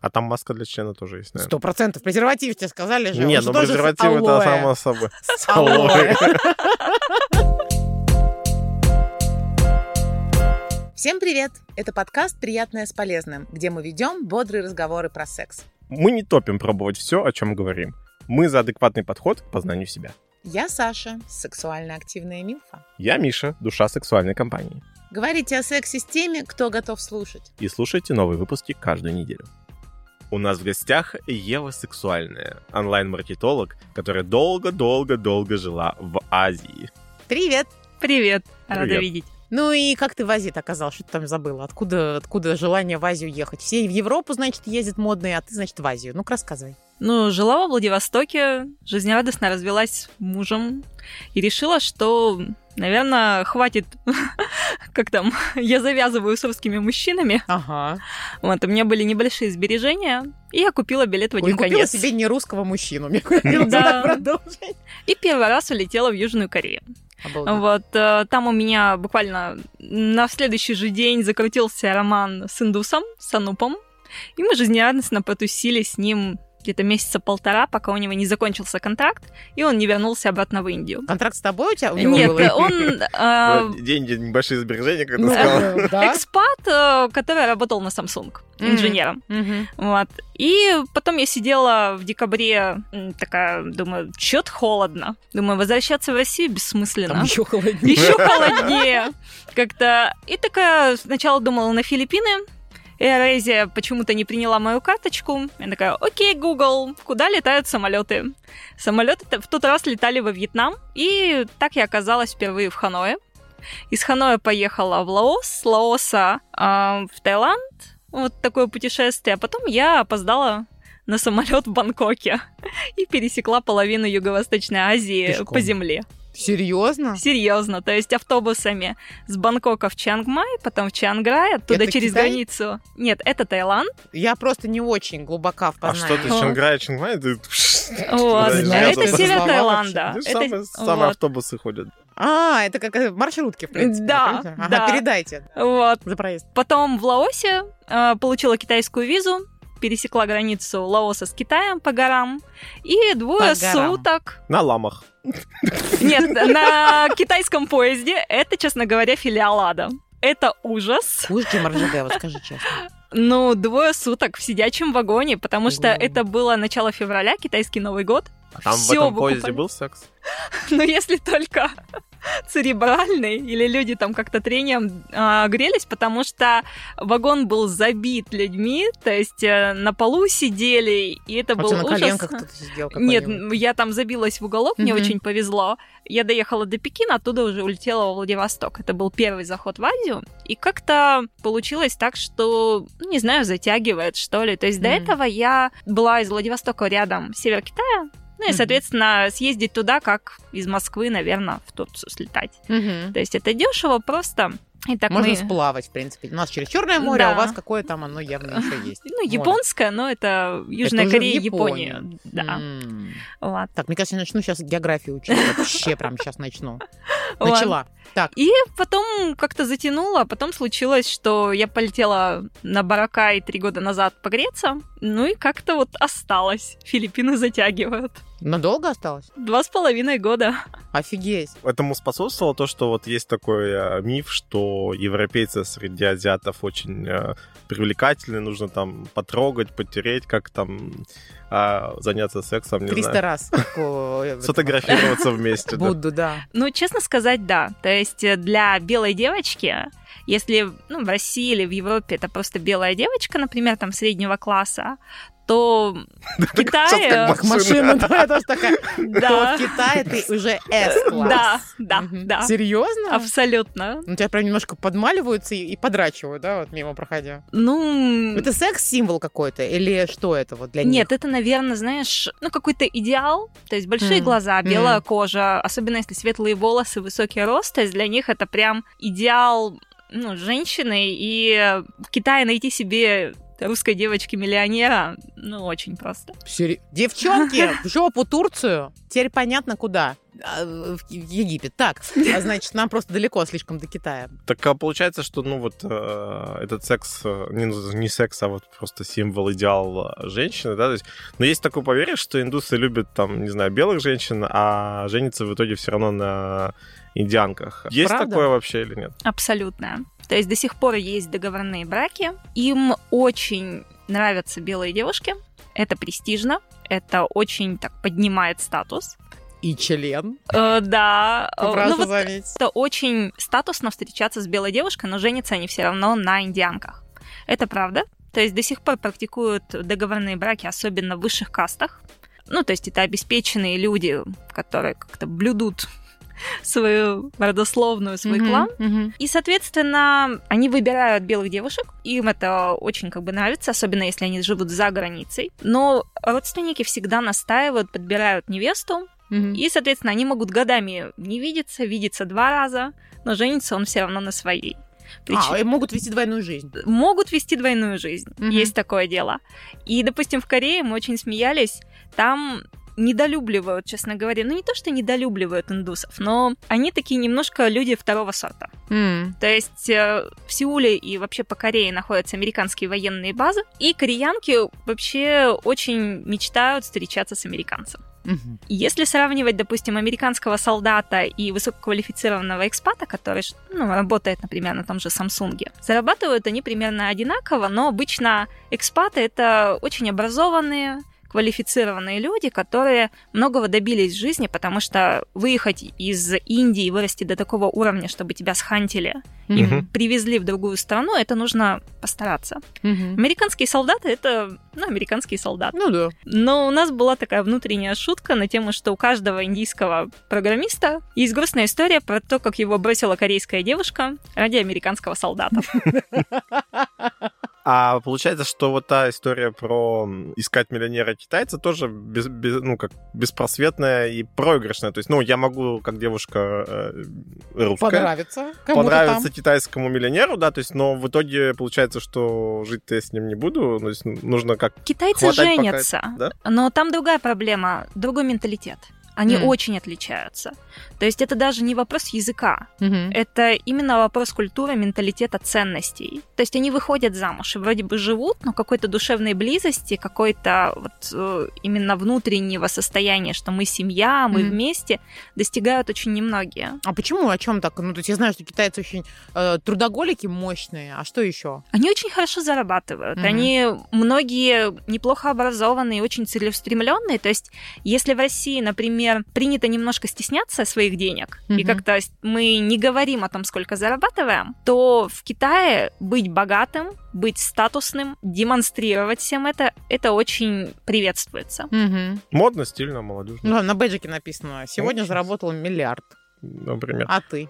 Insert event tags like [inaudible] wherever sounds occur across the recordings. А там маска для члена тоже есть, наверное. Сто процентов. Презерватив тебе сказали же. Не, а он же ну тоже с презерватив это алоэ. само собой. [laughs] С алоэ. Всем привет! Это подкаст «Приятное с полезным», где мы ведем бодрые разговоры про секс. [laughs] Мы не топим пробовать все, о чем говорим. Мы за адекватный подход к познанию себя. Я Саша, сексуально активная милфа. Я Миша, душа сексуальной компании. Говорите о сексе с теми, кто готов слушать. И слушайте новые выпуски каждую неделю. У нас в гостях Ева Сексуальная, онлайн-маркетолог, которая долго-долго-долго жила в Азии. Привет! Привет, рада Привет. видеть. Ну и как ты в Азии оказался? Что ты там забыла? Откуда, откуда желание в Азию ехать? Все в Европу, значит, ездят модные, а ты, значит, в Азию. Ну-ка, рассказывай. Ну, жила во Владивостоке, жизнерадостно развелась с мужем и решила, что, наверное, хватит, [laughs] как там, [laughs] я завязываю с русскими мужчинами. Ага. Вот, у меня были небольшие сбережения, и я купила билет в Ой, один купила конец. себе не русского мужчину. Мне [laughs] хотелось Да. продолжить. И первый раз улетела в Южную Корею. Обалдеть. Вот, э, там у меня буквально на следующий же день закрутился роман с индусом, с Анупом, и мы жизнерадостно потусили с ним где-то месяца полтора, пока у него не закончился контракт, и он не вернулся обратно в Индию. Контракт с тобой у тебя у него Нет, был? э, он А, э, Вот Деньги, небольшие сбережения, как [laughs] ты Ну, сказала. э, да. экспат, э, который работал на Samsung Мгм. инженером. Мгм. Вот. И потом я сидела в декабре, м, такая, думаю, чё-то холодно. Думаю, возвращаться в Россию [laughs] бессмысленно. Там еще [laughs] холоднее. Еще холоднее как-то. И такая сначала думала на Филиппины. Эрезия почему-то не приняла мою карточку. Я такая, окей, Google, куда летают самолеты? Самолеты в тот раз летали во Вьетнам, и так я оказалась впервые в Ханое. Из Ханоя поехала в Лаос, с Лаоса а, в Таиланд. Вот такое путешествие. А потом я опоздала на самолет в Бангкоке и пересекла половину Юго-Восточной Азии Пешком. по земле. Серьезно? [laughs] Серьезно, то есть автобусами с Бангкока в Чангмай, потом в Чанграй, оттуда Это через Китай? границу. Нет, [laughs] это Таиланд. Я просто не очень глубока в А познании. что ты, Чанграй, Чангмай? ты- [laughs] ну, Вот. а Куда знаю, Это это север слова Таиланда. [laughs] Ну, Это- самые- Самые вот. автобусы ходят. А, это как э, маршрутки, в принципе. Да, правильно? Ага, да. передайте Вот. за проезд. Потом в Лаосе э, получила китайскую визу, пересекла границу Лаоса с Китаем по горам. И двое По горам. суток. На ламах. Нет, [laughs] на китайском поезде это, честно говоря, филиал ада. Это ужас. Хуже, чем РЖД, вот скажи честно. [laughs] Ну, двое суток в сидячем вагоне, потому что Ого. это было начало февраля, китайский Новый год. А там в Всё этом поезде выкупали. был секс? [laughs] Ну, если только церебральный или люди там как-то трением а, грелись, потому что вагон был забит людьми, то есть э, на полу сидели, и это Вот был А на ужас. коленках кто-то сидел Нет, какой-нибудь. м, я там забилась в уголок, мне Мгм. очень повезло. Я доехала до Пекина, оттуда уже улетела во Владивосток. Это был первый заход в Азию. И как-то получилось так, что, ну, не знаю, затягивает, что ли. То есть до Мгм. этого я была из Владивостока рядом, север Китая. Ну и, Мгм. соответственно, съездить туда, как из Москвы, наверное, в Турцию слетать. Мгм. То есть это дешево просто. И так Можно мы- сплавать, в принципе. У нас через Черное море, Да. а у вас какое там оно явно еще есть. Ну, Море. японское, но это Южная уже в Корея, Японии. Япония. Да. М. Вот. Так, мне кажется, я начну сейчас географию учить. Вообще прям сейчас [laughs] начну. Начала. И потом как-то затянуло, а потом случилось, что я полетела на Баракай три года назад погреться, ну и как-то вот осталось. Филиппины затягивают. Надолго осталось? Два с половиной года. Офигеть. Этому способствовало то, что вот есть такой э, миф, что европейцы среди азиатов очень э, привлекательны, нужно там потрогать, потереть, как там а, заняться сексом, не 300 знаю. раз. как у- э, в этом- Сфотографироваться [laughs] вместе. да. Будду, да. Ну, честно сказать, да. То есть э, для белой девочки, если ну, в России или в Европе это просто белая девочка, например, там среднего класса, то в Китае... как Как машина, да, я тоже такая. То [laughs] [laughs] Да, в Китае ты уже S-класс. да, да, Мгм. да. Серьезно? Абсолютно. Ну, тебя прям немножко подмаливаются и, и подрачивают, да, вот мимо проходя. Ну... Это секс-символ какой-то или что это вот для них? Нет, это, наверное, знаешь, ну какой-то идеал. То есть большие Мгм. глаза, белая Мгм. кожа, особенно если светлые волосы, высокий рост. То есть для них это прям идеал ну, женщины. И в Китае найти себе русской девочки-миллионера, ну, очень просто. Сери- [laughs] Девчонки, в жопу Турцию. Теперь понятно, куда. А, В в Египет. Так, а, значит, нам просто далеко слишком до Китая. Так а, получается, что, ну, вот э, этот секс, э, не, ну, не секс, а вот просто символ, идеал э, женщины, да, то есть, но есть такое поверье, что индусы любят, там, не знаю, белых женщин, а женятся в итоге все равно на индианках. Есть Правда? такое вообще или нет? Абсолютно. То есть до сих пор есть договорные браки. Им очень нравятся белые девушки. Это престижно. Это очень так поднимает статус. И член. Э, да. э, Прошу ну вот заметить. это очень статусно встречаться с белой девушкой, но женятся они все равно на индианках. Это правда. То есть до сих пор практикуют договорные браки, особенно в высших кастах. Ну, то есть это обеспеченные люди, которые как-то блюдут свою родословную, свой клан. Мгм, мгм. И, соответственно, они выбирают белых девушек, им это очень как бы нравится, особенно если они живут за границей. Но родственники всегда настаивают, подбирают невесту, Мгм. и, соответственно, они могут годами не видеться, видеться два раза, но женится он все равно на своей. Причи- А, и могут вести двойную жизнь. Могут вести двойную жизнь, Мгм. есть такое дело. И, допустим, в Корее мы очень смеялись, там недолюбливают, честно говоря, ну не то, что недолюбливают индусов, но они такие немножко люди второго сорта. М. То есть э, в Сеуле и вообще по Корее находятся американские военные базы, и кореянки вообще очень мечтают встречаться с американцем. Мгм. И Если сравнивать, допустим, американского солдата и высококвалифицированного экспата, который ш- ну, работает, например, на том же Самсунге, зарабатывают они примерно одинаково, но обычно экспаты это очень образованные, квалифицированные люди, которые многого добились в жизни, потому что выехать из Индии и вырасти до такого уровня, чтобы тебя схантили Мгм. привезли в другую страну, это нужно постараться. Мгм. Американские солдаты это, ну, американские солдаты. Ну да. Но у нас была такая внутренняя шутка на тему, что у каждого индийского программиста есть грустная история про то, как его бросила корейская девушка ради американского солдата. А получается, что вот та история про м, искать миллионера китайца тоже без- без- ну, как беспросветная и проигрышная. То есть, ну, я могу, как девушка э, русская, Понравится. Кому-то там. понравиться китайскому миллионеру, да, то есть, но в итоге получается, что жить-то я с ним не буду. ну, То есть, нужно как... Китайцы Хватать пока- женятся, А. да? но там другая проблема, другой менталитет. Они М. очень отличаются. То есть это даже не вопрос языка. Мгм. Это именно вопрос культуры, менталитета, ценностей. То есть они выходят замуж и вроде бы живут, но какой-то душевной близости, какой-то вот э, именно внутреннего состояния, что мы семья, мы Мгм. вместе, достигают очень немногие. А почему, о чем так? Ну, то есть я знаю, что китайцы очень э, трудоголики мощные, а что еще? Они очень хорошо зарабатывают, Мгм. они многие неплохо образованные, очень целеустремленные. То есть если в России, например, принято немножко стесняться своих денег, и Мгм. как-то с- мы не говорим о том, сколько зарабатываем, то в Китае быть богатым, быть статусным, демонстрировать всем это, это очень приветствуется. Модно, стильно, молодежно, Ну, там на бэджике написано, сегодня Очень. заработал миллиард, например. а ты?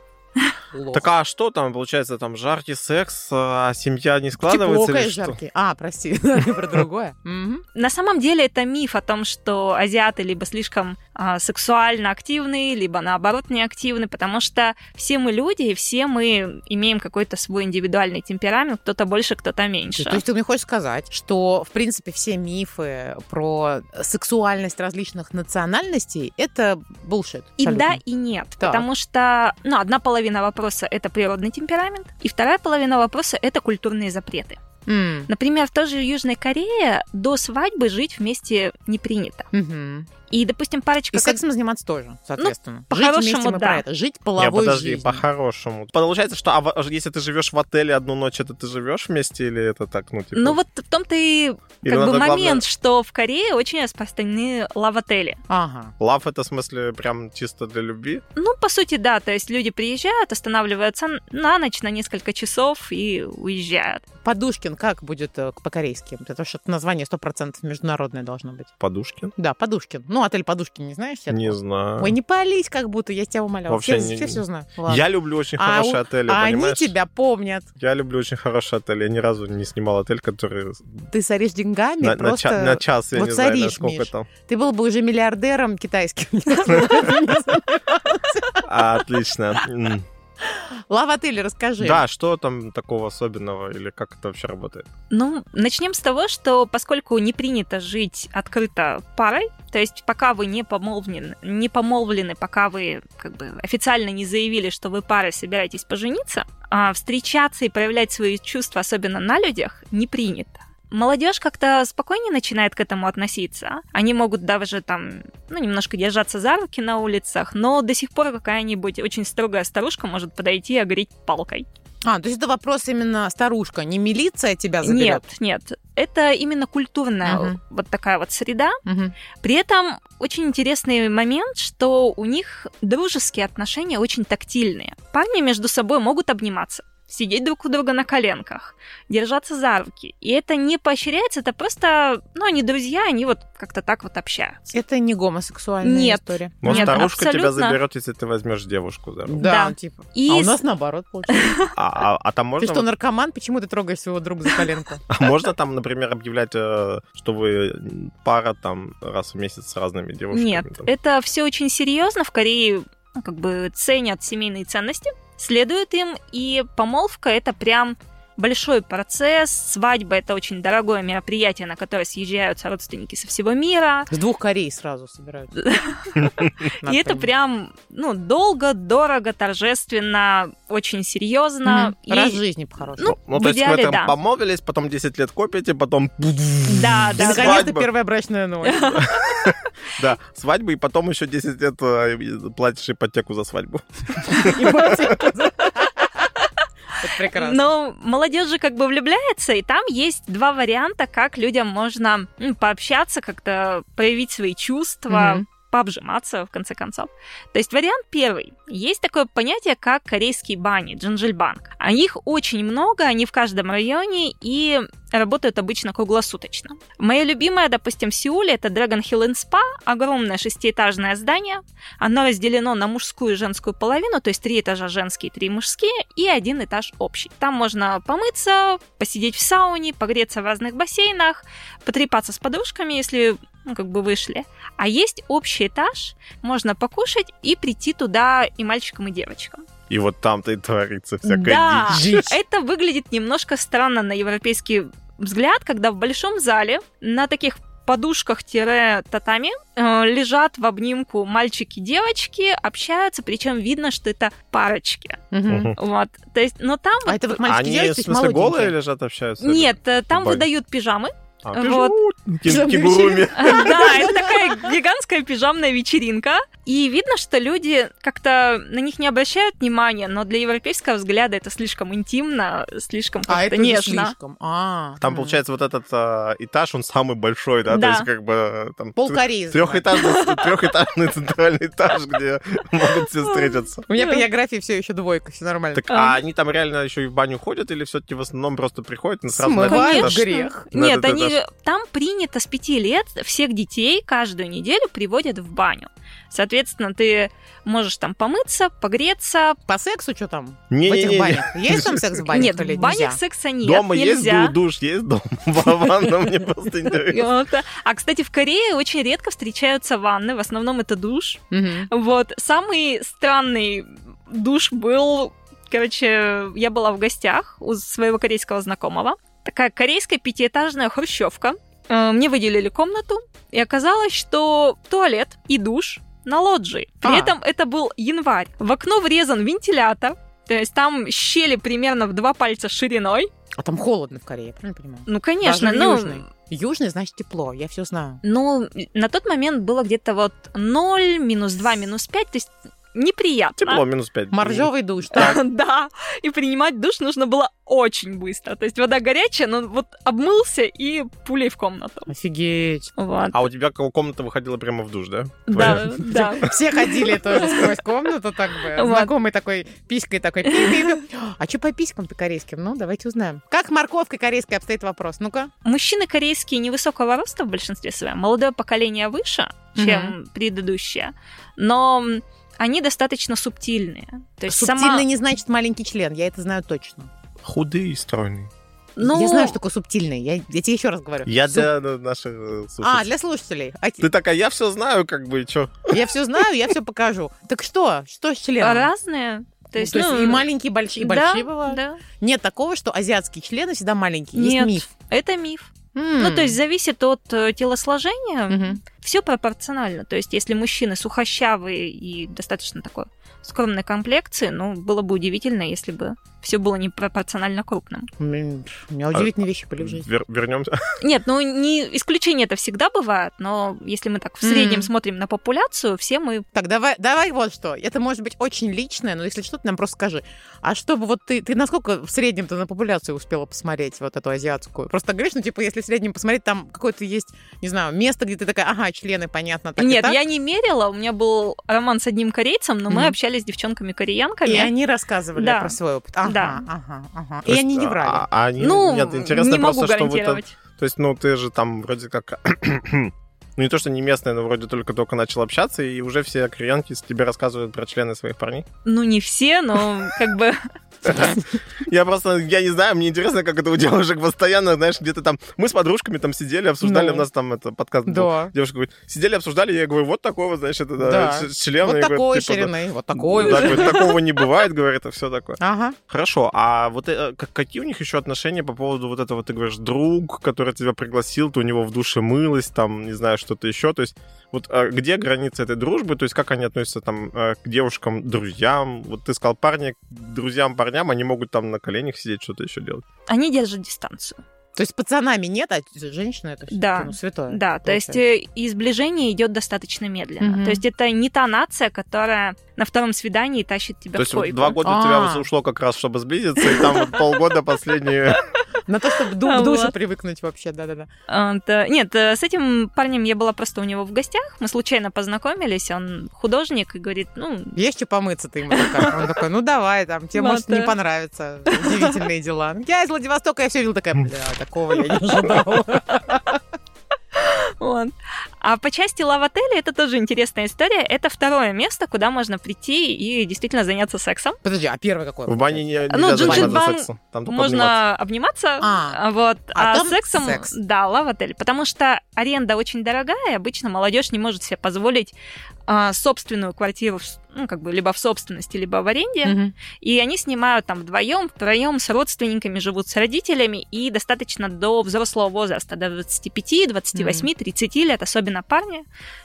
Лох. Типа Так а что там, получается, там жаркий секс, а семья не Тепло, складывается или конечно, что? Типа жаркий. А, прости, [laughs] ты про другое. Мгм. На самом деле это миф о том, что азиаты либо слишком а, сексуально активны, либо наоборот неактивны, потому что все мы люди, и все мы имеем какой-то свой индивидуальный темперамент, кто-то больше, кто-то меньше. То есть ты мне хочешь сказать, что, в принципе, все мифы про сексуальность различных национальностей — это булшит. И абсолютно. да, и нет. Так. Потому что, ну, одна половина вопроса — это природный темперамент, и вторая половина вопроса — это культурные запреты. М. Например, в той же Южной Корее до свадьбы жить вместе не принято. Мгм. И, допустим, парочка... И как- Ну, сексом заниматься тоже, соответственно. Жить по-хорошему, вместе мы да. про это. Жить Не, половой подожди, жизнью. по-хорошему. Получается, что а, во- если ты живешь в отеле одну ночь, это ты живешь вместе или это так, ну, типа... Ну вот в том-то и или как бы надо, главное, момент, что в Корее очень распространены лав-отели. Ага. Лав это в смысле прям чисто для любви? Ну, по сути, да, то есть люди приезжают, останавливаются на ночь на несколько часов и уезжают. Подушкин как будет э, по-корейски? Потому что это название 100% международное должно быть. Подушки? Да, Подушкин. Ну, отель Подушкин, не знаешь? я Не такого? знаю. Ой, не пались как будто, я тебя умоляла. Вообще все, не- все знают. Ладно. Я люблю очень А хорошие у- отели, а они понимаешь? тебя помнят. Я люблю очень хорошие отели. Я ни разу не снимал отель, который Ты соришь деньгами, на, на просто... ча- на час, я вот не знаю, царишь, насколько Миш. там. Ты был бы уже [laughs] миллиардером китайским. А, отлично. М. Лав-отель расскажи. Да, что там такого особенного или как это вообще работает? Ну, начнем с того, что поскольку не принято жить открыто парой, то есть пока вы не помолвлены, не помолвлены, пока вы как бы официально не заявили, что вы пара собираетесь пожениться, а встречаться и проявлять свои чувства, особенно на людях, не принято. Молодежь как-то спокойнее начинает к этому относиться. Они могут даже там, ну, немножко держаться за руки на улицах, но до сих пор какая-нибудь очень строгая старушка может подойти и огреть палкой. А, то есть это вопрос именно старушка, не милиция тебя заберет? Нет, нет. Это именно культурная Мгм. вот такая вот среда. Мгм. При этом очень интересный момент, что у них дружеские отношения очень тактильные. Парни между собой могут обниматься, сидеть друг у друга на коленках, держаться за руки. И это не поощряется, это просто, ну, они друзья, они вот как-то так вот общаются. Это не гомосексуальная Нет. история. Может, Нет, старушка тебя абсолютно. заберет, если ты возьмешь девушку за руку. Да, Да. типа. И А у с- нас наоборот получается. А, а- а там Ты можно, что, наркоман? Почему ты трогаешь своего друга за коленку? а можно там, например, объявлять, э, что вы пара там раз в месяц с разными девушками? Нет, э, там? это все очень серьезно. В Корее ну, как бы ценят семейные ценности, следуют им, и помолвка это прям большой процесс. Свадьба это очень дорогое мероприятие, на которое съезжаются родственники со всего мира. С двух Корей сразу собирают. [laughs] и это прям, ну, долго, дорого, торжественно, очень серьезно. И- Раз в жизни по-хорошему. ну, Ну, в то есть идеале, вы там да. помолвились, потом 10 лет копите, потом... Ну, Да, И да, свадьба. наконец-то первая брачная [laughs] ночь. Да, свадьба, и потом еще 10 лет э, и платишь ипотеку за свадьбу. И ботинки. Это прекрасно. Но ну, молодежь же как бы влюбляется, и там есть два варианта, как людям можно м, пообщаться, как-то проявить свои чувства, Мгм. пообжиматься, в конце концов. То есть вариант первый. Есть такое понятие, как корейские бани, джинжельбанк. А их очень много, они в каждом районе и работают обычно круглосуточно. Мое любимое, допустим, в Сеуле, это Dragon Hill and Spa, огромное шестиэтажное здание. Оно разделено на мужскую и женскую половину, то есть три этажа женские, три мужские и один этаж общий. Там можно помыться, посидеть в сауне, погреться в разных бассейнах, потрепаться с подружками, если ну, как бы вышли. А есть общий этаж, можно покушать и прийти туда и мальчикам, и девочкам. И вот там-то и творится всякая Да. дичь. Жить. Это выглядит немножко странно на европейский взгляд, когда в большом зале на таких подушках-татами э, лежат в обнимку мальчики-девочки, общаются, причем видно, что это парочки. Мгм. Мгм. Вот, то есть, но там... А это вот мальчики Они, в девочки, то есть смысле, голые молоденькие. лежат, общаются? или- Нет, э, там Бань. выдают пижамы. А, вот. пижу, кин- Пижамная кигуруми. Да, это такая гигантская пижамная вечеринка. И видно, что люди как-то на них не обращают внимания, но для европейского взгляда это слишком интимно, слишком А как-то это не нежно. слишком. А. Там, М. получается, вот этот э, этаж, он самый большой, да? То Да. есть, как бы... э, там Пол т- Кореи. Трехэтажный, трехэтажный центральный этаж, где могут все встретиться. У меня по географии все еще двойка, все нормально. Так, а они там реально еще и в баню ходят, или все-таки в основном просто приходят на сразу на этот Смывают этаж? грех. На Нет, этот они этаж. там принято с пяти лет всех детей каждую неделю приводят в баню. Соответственно, ты можешь там помыться, погреться. По сексу что там? В Не-не-не-не. этих банях. Есть там секс в банях? нет, или в банях нельзя? секса нет, Дома есть нельзя. ду- душ, есть дом. [laughs] Во- Ванна мне просто интересно. Вот. А, кстати, в Корее очень редко встречаются ванны, в основном это душ. Мгм. Вот, самый странный душ был, короче, я была в гостях у своего корейского знакомого. Такая корейская пятиэтажная хрущевка. Э, Мне выделили комнату, и оказалось, что туалет и душ на лоджии. При А. этом это был январь. В окно врезан вентилятор, то есть там щели примерно в два пальца шириной. А там холодно в Корее, я правильно понимаю? Ну, конечно, Даже в ну, Южной. Южный значит тепло, я все знаю. ну, на тот момент было где-то вот 0, минус 2, минус 5, то есть неприятно. Типа Тепло, минус пять. Моржовый душ. да. [laughs] Да, и принимать душ нужно было очень быстро. То есть вода горячая, но вот обмылся и пулей в комнату. Офигеть. Вот. А у тебя кого- комната выходила прямо в душ, да? Да, да. Все ходили тоже сквозь комнату, так бы. Вот. Знакомый такой писькой такой. пи-пи-пи. А что по писькам по корейским? Ну, давайте узнаем. Как с морковкой корейской обстоит вопрос? Ну-ка. [laughs] Мужчины корейские невысокого роста в большинстве своем. Молодое поколение выше, чем предыдущее. Но они достаточно субтильные. То есть Субтильный сама... не значит маленький член, я это знаю точно. Худые и стройные. Ну, Я знаю, что такое субтильный, я, я тебе еще раз говорю. Я Суб- для э, наших э, А, слушателей. для слушателей. Окей. Ты такая, я все знаю, как бы, и чё? Я все знаю, я все покажу. Так что? Что с членом? Ну, разные. ну, То есть, и маленькие, и большие, и большие бывают. Да, Нет такого, что азиатские члены всегда маленькие. Есть Нет, миф. это миф. М. Ну, то есть зависит от э, телосложения, Мгм. все пропорционально. То есть, если мужчины сухощавые и достаточно такой скромной комплекции, ну, было бы удивительно, если бы все было не пропорционально крупным. М, У А меня удивительные вещи были в жизни. Вер- вернемся. Нет, ну, не исключение это всегда бывает, но если мы так в Мгм. среднем смотрим на популяцию, все мы... Так, давай, давай вот что. Это может быть очень личное, но если что, ты нам просто скажи. А чтобы вот ты, ты насколько в среднем ты на популяцию успела посмотреть вот эту азиатскую? Просто говоришь, ну типа, если в среднем посмотреть, там какое-то есть, не знаю, место, где ты такая, ага, члены, понятно, так и Нет, так». я не мерила, у меня был роман с одним корейцем, но мы Мгм. общались с девчонками-кореянками. И они рассказывали Да. про свой опыт. Ага, Да. ага, ага. То И есть, они не а- врали. а они- Ну, нет, интересно не могу просто, что вы там... гарантировать. То есть, ну, ты же там вроде как... [coughs] Ну, не то, что не местная, но вроде только-только начал общаться, и уже все кореянки с- тебе рассказывают про члены своих парней. Ну, не все, но как бы... [laughs] Я просто, я не знаю, мне интересно, как это у девушек постоянно, знаешь, где-то там... Мы с подружками там сидели, обсуждали, Ну. у нас там это подкаст был. Да. Девушка говорит, сидели, обсуждали, я говорю, вот такого, значит, это, Да. ч- члена. Вот Я говорю, такой типа, да. ширины, вот такой. Да, же. говорит, такого не бывает, говорит, это все такое. Ага. Хорошо, а вот э, как- какие у них еще отношения по поводу вот этого, ты говоришь, друг, который тебя пригласил, ты у него в душе мылась, там, не знаю, что-то еще, то есть вот э, где граница этой дружбы, то есть как они относятся там э, к девушкам, друзьям, вот ты сказал, парни, к друзьям, парням, они могут там на коленях сидеть, что-то еще делать. Они держат дистанцию. То есть с пацанами нет, а женщина это всё-таки, Да. ну, святое. Да, то есть получается. э, и сближение идет достаточно медленно. Мгм. То есть это не та нация, которая на втором свидании тащит тебя то есть в вот койку. два года у тебя А. вот ушло как раз, чтобы сблизиться, и там вот полгода последние... На то, чтобы ду- А к душе [laughs] вот. привыкнуть вообще, да-да-да. А, да. Нет, э, с этим парнем я была просто у него в гостях. Мы случайно познакомились. Он художник и говорит, ну, Есть что помыться, ты ему такая. Он такой, ну давай, там, тебе Ну, может не да. понравится. Удивительные дела. Я из Владивостока, я все видела, такая, бля, такого я не [laughs] ожидала. он. А по части лав-отеля это тоже интересная история. Это второе место, куда можно прийти и действительно заняться сексом. Подожди, а первый какой? В бане не- нельзя Ну, заниматься джинджин-бан сексом, там только обниматься. Можно обниматься, А. вот, А а, там сексом, секс. да, лав-отель, потому что аренда очень дорогая, и обычно молодежь не может себе позволить а, собственную квартиру, в с- ну, как бы, либо в собственности, либо в аренде, Мгм. и они снимают там вдвоем, втроем, с родственниками, живут с родителями, и достаточно до взрослого возраста, до 25, 28, 30 лет, особенно парни,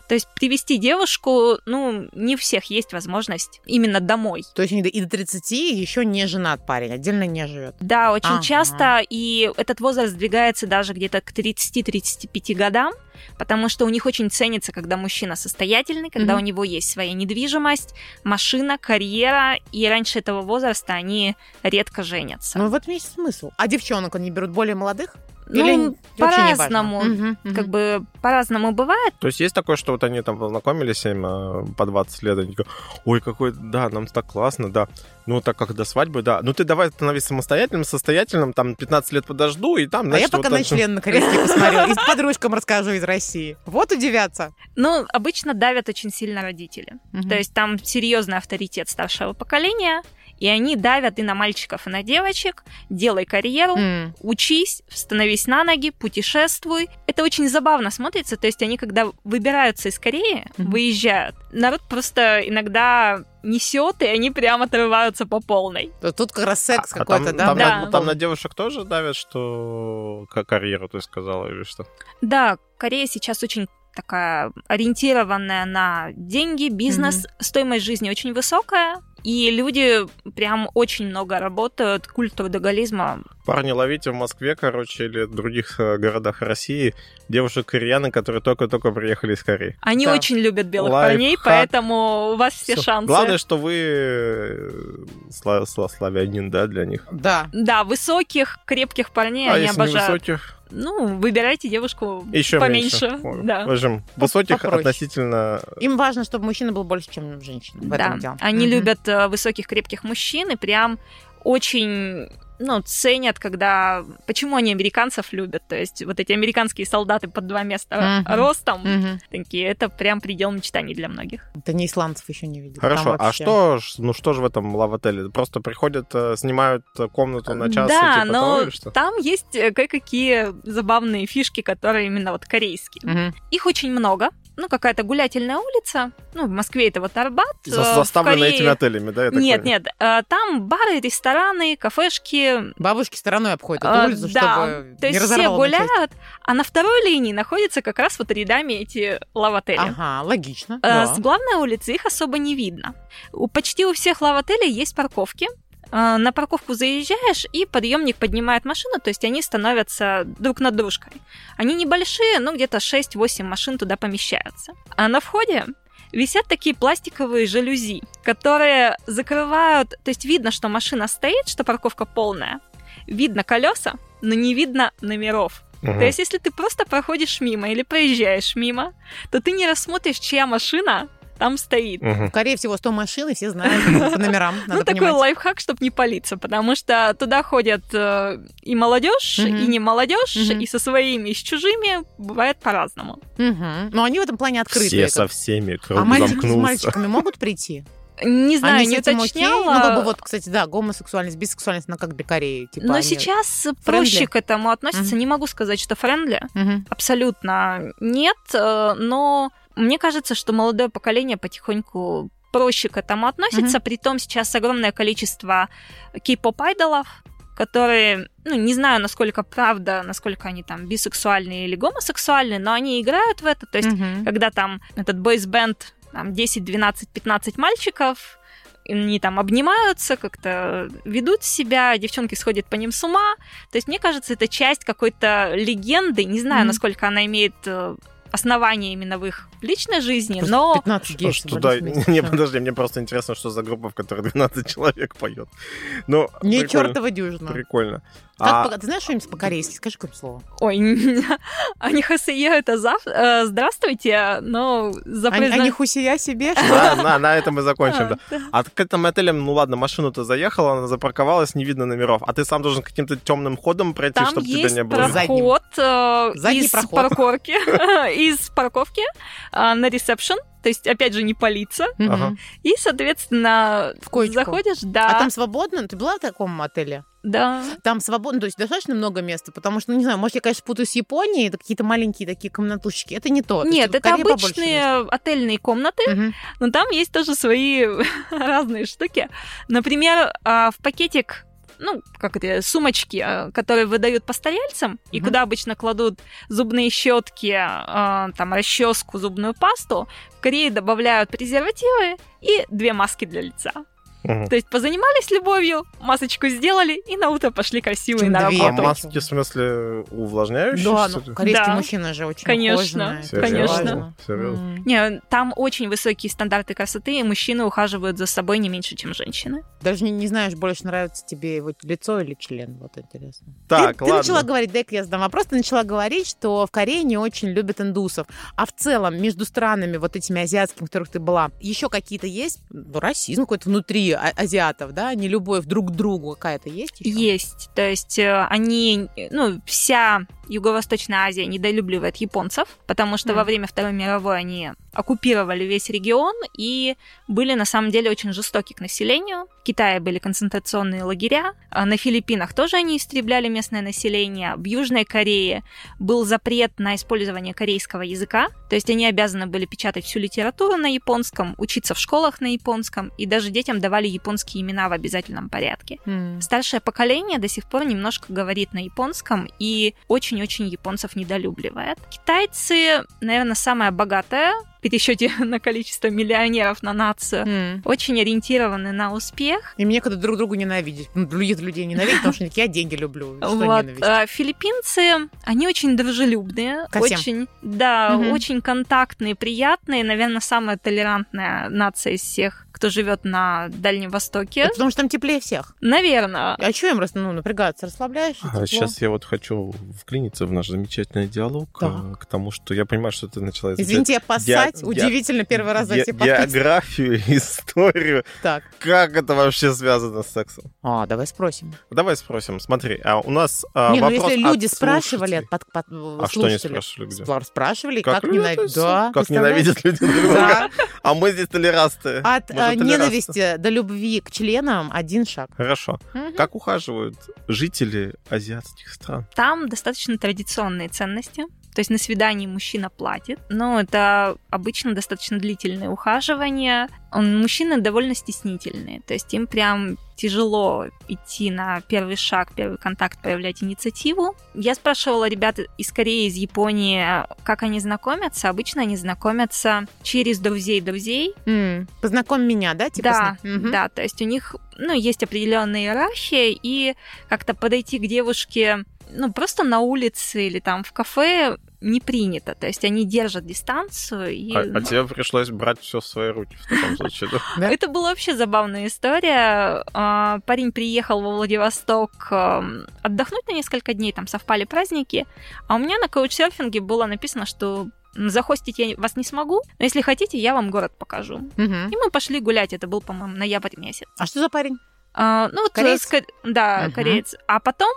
то есть привести девушку, ну, не у всех есть возможность именно домой. То есть они до- и до 30 еще не женат парень, отдельно не живет. Да, очень Ага. часто, и этот возраст сдвигается даже где-то к 30-35 годам, потому что у них очень ценится, когда мужчина состоятельный, Мгм. когда у него есть своя недвижимость, машина, карьера, и раньше этого возраста они редко женятся. Ну вот есть смысл. А девчонок они берут более молодых? Ну, Или вообще не важно? по-разному. Мгм, мгм. Как бы по-разному бывает. То есть есть такое, что вот они там познакомились им э, по 20 лет, они такие, ой, какой, да, нам так классно, да. Ну, так как до свадьбы, да. Ну, ты давай становись самостоятельным, состоятельным, там, 15 лет подожду, и там, А я значит, пока вот на это- член наконец-то посмотрела. И подружкам расскажу из России. Вот удивятся. Но обычно давят очень сильно родители. То есть там серьезный авторитет старшего поколения, и они давят и на мальчиков, и на девочек. Делай карьеру, Мгм. учись, становись на ноги, путешествуй. Это очень забавно смотрится, то есть они, когда выбираются из Кореи, Мгм. выезжают, народ просто иногда несет, и они прям отрываются по полной. Т- Тут как раз секс А какой-то, там, да? Там, Да. На, там на девушек тоже давят, что к- карьеру, ты сказала, или что? Да, Корея сейчас очень такая ориентированная на деньги, бизнес, стоимость жизни очень высокая, и люди прям очень много работают, культ трудоголизма. Парни, ловите в Москве, короче, или в других э, городах России девушек-кореяны, которые только-только приехали из Кореи. Они Да. очень любят белых Лайфхак. парней, поэтому у вас все Всё. шансы. Главное, что вы э, сла- сла- славянин, да, для них. Да. Да, высоких, крепких парней а они если обожают. не высоких? Ну, выбирайте девушку Еще поменьше. меньше. Ой, В Да. общем, высоких попроще. относительно... Им важно, чтобы мужчина был больше, чем женщина. В да. этом дело. Они Мгм. любят э, высоких, крепких мужчин и прям очень ну, ценят, когда... Почему они американцев любят? То есть вот эти американские солдаты под два места Мгм. ростом, Мгм. такие, это прям предел мечтаний для многих. Ты не исландцев еще не видел. Хорошо, там а вообще. что, ж- ну что же в этом лав-отеле? Просто приходят, э, снимают э, комнату на час да, типа того, но или что? там есть э, кое-какие забавные фишки, которые именно вот корейские. Мгм. Их очень много. ну, какая-то гулятельная улица. Ну, в Москве это вот Арбат. э, За- в Заставлена Корее- этими отелями, да? я так Нет, понимаю? нет, э, там бары, рестораны, кафешки, Бабушки стороной обходят А, эту улицу, да, чтобы то не есть все разорвало на части. гуляют, а на второй линии находятся как раз вот рядами эти лав-отели. Ага, логично. Э, да. С главной улицы их особо не видно. У, почти у всех лав-отелей есть парковки. Э, На парковку заезжаешь, и подъемник поднимает машину, то есть они становятся друг над дружкой. Они небольшие, но где-то 6-8 машин туда помещаются. А на входе висят такие пластиковые жалюзи, которые закрывают... То есть видно, что машина стоит, что парковка полная. Видно колеса, но не видно номеров. Мгм. То есть, если ты просто проходишь мимо или проезжаешь мимо, то ты не рассмотришь, чья машина там стоит. Мгм. Скорее всего, 100 машин, и все знают по номерам. Надо [laughs] ну, такой понимать. лайфхак, чтобы не палиться, потому что туда ходят э, и молодежь, Мгм. и не молодежь, Мгм. и со своими, и с чужими бывает по-разному. Мгм. Но они в этом плане открыты. Все со всеми, а круг мальчики с замкнулся. мальчиками могут прийти? Не знаю, Они с не этим окей? уточняла. Ну, как бы вот, кстати, да, гомосексуальность, бисексуальность, она как для Кореи. Типа, Но они- сейчас проще к этому относятся. Мгм. Не могу сказать, что френдли. Мгм. Абсолютно нет, э, но мне кажется, что молодое поколение потихоньку проще к этому относится. Притом сейчас огромное количество кей-поп-айдолов, которые, ну, не знаю, насколько правда, насколько они там бисексуальные или гомосексуальные, но они играют в это. То есть, э, Мгм. когда там этот бойсбенд, там 10, 12, 15 мальчиков, они там обнимаются, как-то ведут себя, девчонки сходят по ним с ума. То есть, мне кажется, это часть какой-то легенды. Не знаю, Мгм. насколько она имеет э, основание именно в их личной жизни, Просто но 15 геев Что- собрались да, [laughs] вместе. не, подожди, мне просто интересно, что за группа, в которой 12 человек поет. Ну, Не прикольно, чертова дюжина. Прикольно. Как А- по- Ты знаешь что-нибудь по-корейски? Скажи какое-нибудь слово. ой, [laughs] Анихасея это зав... э, здравствуйте, но за Они произно- они [laughs] хусия себе? что ли? Да, на, на этом и закончим. А, да. А к этим отелям, ну ладно, машину-то заехала, она запарковалась, не видно номеров. А ты сам должен каким-то темным ходом пройти, Там чтобы тебя есть не было. проход. видно. проход э, Задний из проход. [laughs] парковки, [laughs] из парковки э, на ресепшн, то есть, опять же, не палиться, Ага. Мгм. и, соответственно, В коечку. заходишь, да, А там свободно? Ты была в таком отеле? да. Там свободно, то есть достаточно много места, потому что, ну, не знаю, может, я, конечно, путаю с Японией, это какие-то маленькие такие комнатушечки. Это не то. То есть Нет, в это Корее побольше мест. обычные отельные комнаты, Мгм. но там есть тоже свои [laughs] разные штуки. Например, а, в пакетик ну, как это, сумочки, а, которые выдают постояльцам, и Мгм. куда обычно кладут зубные щетки, а, там, расческу, зубную пасту, в Корее добавляют презервативы и две маски для лица. Мгм. То есть позанимались любовью, масочку сделали и на утро пошли Причём красивые на две. А работу. Прикольно. маски, в смысле, увлажняющие? Да, что ну, ли? корейские Да. мужчины же очень Конечно, ухоженные, это конечно. очень важно. Серьезно? М. Не, там очень высокие стандарты красоты, и мужчины ухаживают за собой не меньше, чем женщины. Даже не, не знаешь, больше нравится тебе его лицо или член, вот интересно. Так, ты, ты ладно. начала говорить, дай я задам вопрос, ты начала говорить, что в Корее не очень любят индусов. А в целом между странами, вот этими азиатскими, в которых ты была, еще какие-то есть? Ну, расизм какой-то внутри а- азиатов, да? Нелюбовь друг к другу какая-то есть еще? Есть. То есть э, они, э, ну, вся Юго-Восточная Азия недолюбливает японцев, потому что Мгм. во время Второй мировой они оккупировали весь регион и были на самом деле очень жестоки к населению. В Китае были концентрационные лагеря, а на Филиппинах тоже они истребляли местное население. В Южной Корее был запрет на использование корейского языка, то есть они обязаны были печатать всю литературу на японском, учиться в школах на японском, и даже детям давали японские имена в обязательном порядке. М. Старшее поколение до сих пор немножко говорит на японском и очень-очень японцев недолюбливает. Китайцы, наверное, самая богатая в пересчете [laughs] на количество миллионеров на нацию. М. Очень ориентированы на успех. И мне когда друг друга ненавидеть. Ну, других людей ненавидеть, потому что они такие, я деньги люблю. Что Вот. ненависть? а, Филиппинцы, они очень дружелюбные, Ко всем. очень, да, Мгм. очень контактные, приятные, наверное, самая толерантная нация из всех, кто живет на Дальнем Востоке. Это потому что там теплее всех. Наверное. А что им рас- ну, напрягаться? Расслабляешься? А, Сейчас я вот хочу вклиниться в наш замечательный диалог, Так. э, к тому, что я понимаю, что ты начала изучать Извините, я поссать. я- Удивительно, первый раз за ге- все подкасты. географию, историю. Так. Как это вообще связано с сексом? А, давай спросим. Давай спросим. Смотри, а у нас а, не, ну вопрос если люди от спрашивали, слушателей. от под, под- А что они слушателей, спрашивали? где? спла- спрашивали, Как как, люди ненавидят. относятся? Да, Как представляешь? ненавидят люди друг друга. Да. А мы здесь толерасты. От Мы а, же толерасты. ненависти до любви к членам один шаг. Хорошо. Мгм. Как ухаживают жители азиатских стран? Там достаточно традиционные ценности. То есть на свидании мужчина платит, но это обычно достаточно длительное ухаживание. Он, мужчины довольно стеснительные, то есть им прям тяжело идти на первый шаг, первый контакт, проявлять инициативу. Я спрашивала ребят из Кореи, из Японии, как они знакомятся. Обычно они знакомятся через друзей друзей. М, Познакомь меня, да? Типа да, с ним? Мгм. да, то есть у них, ну, есть определенная иерархия, и как-то подойти к девушке, ну, просто на улице или там в кафе не принято, то есть они держат дистанцию. И... А, ну. а тебе пришлось брать все в свои руки в таком случае, да? Да? Это была вообще забавная история. А, Парень приехал во Владивосток эм, отдохнуть на несколько дней, там совпали праздники, а у меня на каучсерфинге было написано, что м, захостить я вас не смогу, но если хотите, я вам город покажу. Мгм. И мы пошли гулять, это был, по-моему, ноябрь месяц. А что за парень? А, ну, вот, Кореец? э, ска- да, Мгм. кореец. А потом,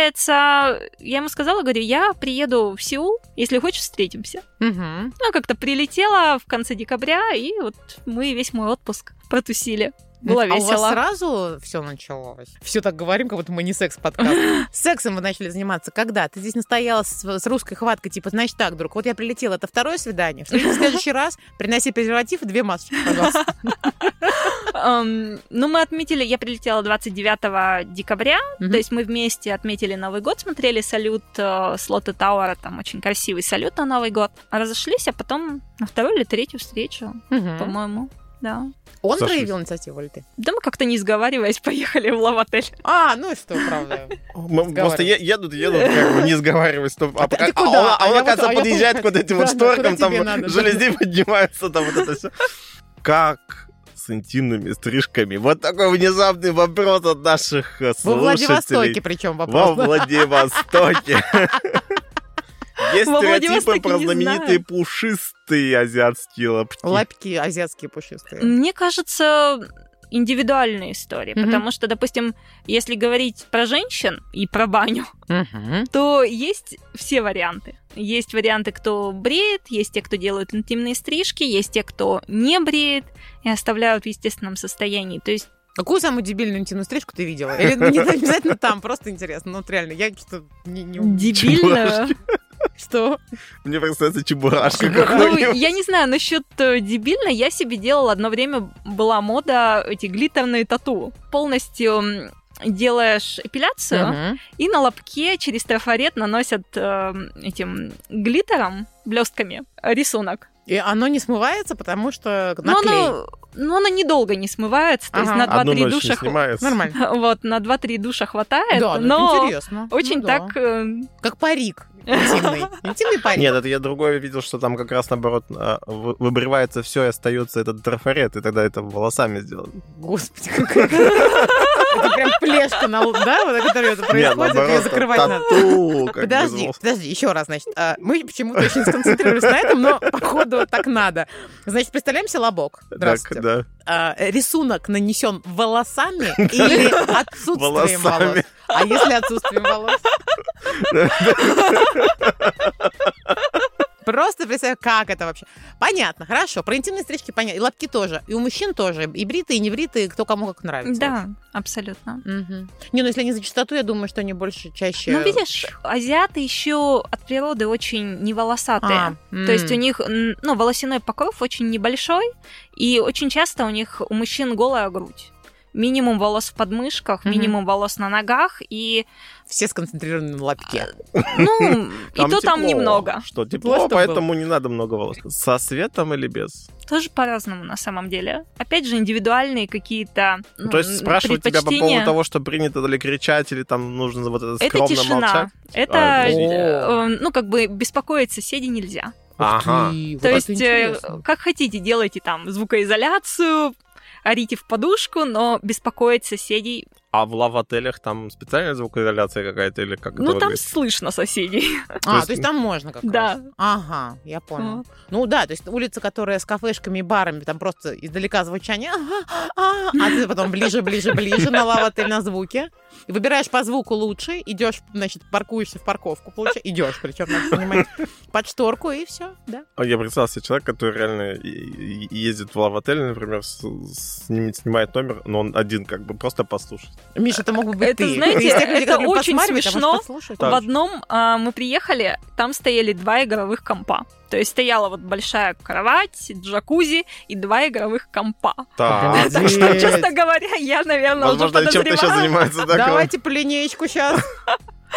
получается, я ему сказала, говорю, я приеду в Сеул, если хочешь, встретимся. Мгм. Ну, как-то прилетела в конце декабря, и вот мы весь мой отпуск протусили. Было а весело. у вас сразу все началось? Все так говорим, как будто мы не секс-подкаст. [laughs] Сексом вы начали заниматься когда? Ты здесь настояла с, с русской хваткой, типа, значит так, друг, вот я прилетела, это второе свидание. В следующий- в следующий раз приноси презерватив и две масочки, пожалуйста. Эм, ну, мы отметили, я прилетела 29 декабря, Мгм. то есть мы вместе отметили Новый год, смотрели салют э, с Лотте Тауэра, там очень красивый салют на Новый год. Разошлись, а потом на вторую или третью встречу, [laughs] Мгм. по-моему, да. Он Саша, проявил инициативу или ты? Да мы как-то не сговариваясь [laughs] поехали в лав-отель. А, ну и что, правда. [laughs] [laughs] М- Просто е- едут, едут, как бы не сговариваясь. то- А, ты пока- а куда? он, а А он, я оказывается, вот- а я подъезжает вот- к вот этим вот [laughs] Да, да, куда шторкам, там тебе надо, да. желези поднимаются, там вот это [laughs] все. Как с интимными стрижками? Вот такой внезапный вопрос от наших э, Во Владивостоке слушателей. причем Во вопрос. да? [laughs] Владивостоке. Есть Во стереотипы Владивостоке про не знаменитые знаю. пушистые азиатские лапти. Лапки азиатские пушистые. Мне кажется, индивидуальная история, Мгм. потому что, допустим, если говорить про женщин и про баню, [laughs] Мгм. то есть все варианты. Есть варианты, кто бреет, есть те, кто делают интимные стрижки, есть те, кто не бреет и оставляют в естественном состоянии. То есть Какую самую дебильную интимную стрижку ты видела? Или ну, не обязательно там, просто интересно. Ну, вот реально, я что-то не... не- дебильно. Что? Мне представляется чебурашка Ну, какой-нибудь. я не знаю, насчет э, дебильно, я себе делала одно время, была мода эти глиттерные тату. Полностью м, делаешь эпиляцию, Мгм. и на лобке через трафарет наносят э, этим глиттером, блестками, рисунок. И оно не смывается, потому что Но наклей. Ну, оно, но оно недолго не смывается, то есть Ага. на Одну 2-3 ночь не душа хва- снимается. [laughs] Нормально. вот, на 2-3 душа хватает, да, ну, это но интересно. очень Ну да. так... э, Как парик [laughs] интимный. Интимный парик. Нет, это я другое видел, что там как раз наоборот а, вы- выбривается все и остается этот трафарет, и тогда это волосами сделано. Господи, какая... [laughs] Это прям плешка на лоб, да? Вот, которая это происходит, ее закрывать надо. тату. как бы, Подожди, волос. подожди, еще раз, значит, а, мы почему-то очень сконцентрировались на этом, но, походу, так надо. Значит, представляемся лобок. Здравствуйте. Так, да. А, рисунок нанесен [laughs] волосами или отсутствием волос? Волосами. А если отсутствием волос? Просто представляю, как это вообще. Понятно, хорошо. Про интимные стрижки понятно. И лапки тоже. И у мужчин тоже. И бритые, и не бритые, кто кому как нравится. Да, абсолютно. Мгм. Не, ну если они за чистоту, я думаю, что они больше, чаще... Ну, видишь, азиаты еще от природы очень неволосатые. А, м. То есть у них, м, ну, волосяной покров очень небольшой, и очень часто у них у мужчин голая грудь. Минимум волос в подмышках, Мгм. минимум волос на ногах, и, Все сконцентрированы на лапке. Э, ну, [laughs] и Там то там тепло. немного. Что, тепло, Просто поэтому не надо много волос. Со светом или без? Тоже по-разному на самом деле. Опять же, индивидуальные какие-то Ну, ну, То есть спрашивать тебя по поводу предпочтения. того, что принято ли кричать, или там нужно вот это Это скромно тишина. молчать. Это, А, извините. э, ну, как бы беспокоить соседей нельзя. Ага. Ух ты, Ну, вот То это есть, э, интересно. как хотите, делайте там звукоизоляцию, орите в подушку, но беспокоить соседей... А в лав-отелях там специальная звукоизоляция какая-то или как это ну, там выглядит? слышно соседей. А, есть- то есть там можно как Да. раз. Ага, я понял. Ну да, то есть улица, которая с кафешками и барами, там просто издалека звучание, а, а, а, а ты потом ближе, ближе, ближе на лавотель на звуке. И выбираешь по звуку лучше, идешь, значит, паркуешься в парковку, получается, идешь, причем, надо понимать, под шторку и все, да. А Я представил себе человек, который реально и- и- ездит в лав-отель, например, с- с- сни- снимает номер, но он один как бы просто послушать. Миша, это мог бы быть Это, ты. знаете, Ты из тех людей, это которые любят очень посматривать, а может, смешно. послушать. Так. В одном а, мы приехали, там стояли два игровых компа. То есть стояла вот большая кровать, джакузи и два игровых компа. Так. Обалдеть. Что, Ну, честно говоря, я, наверное, Возможно, уже они чем-то сейчас подозреваю. занимаются. да, Давайте по линеечку сейчас.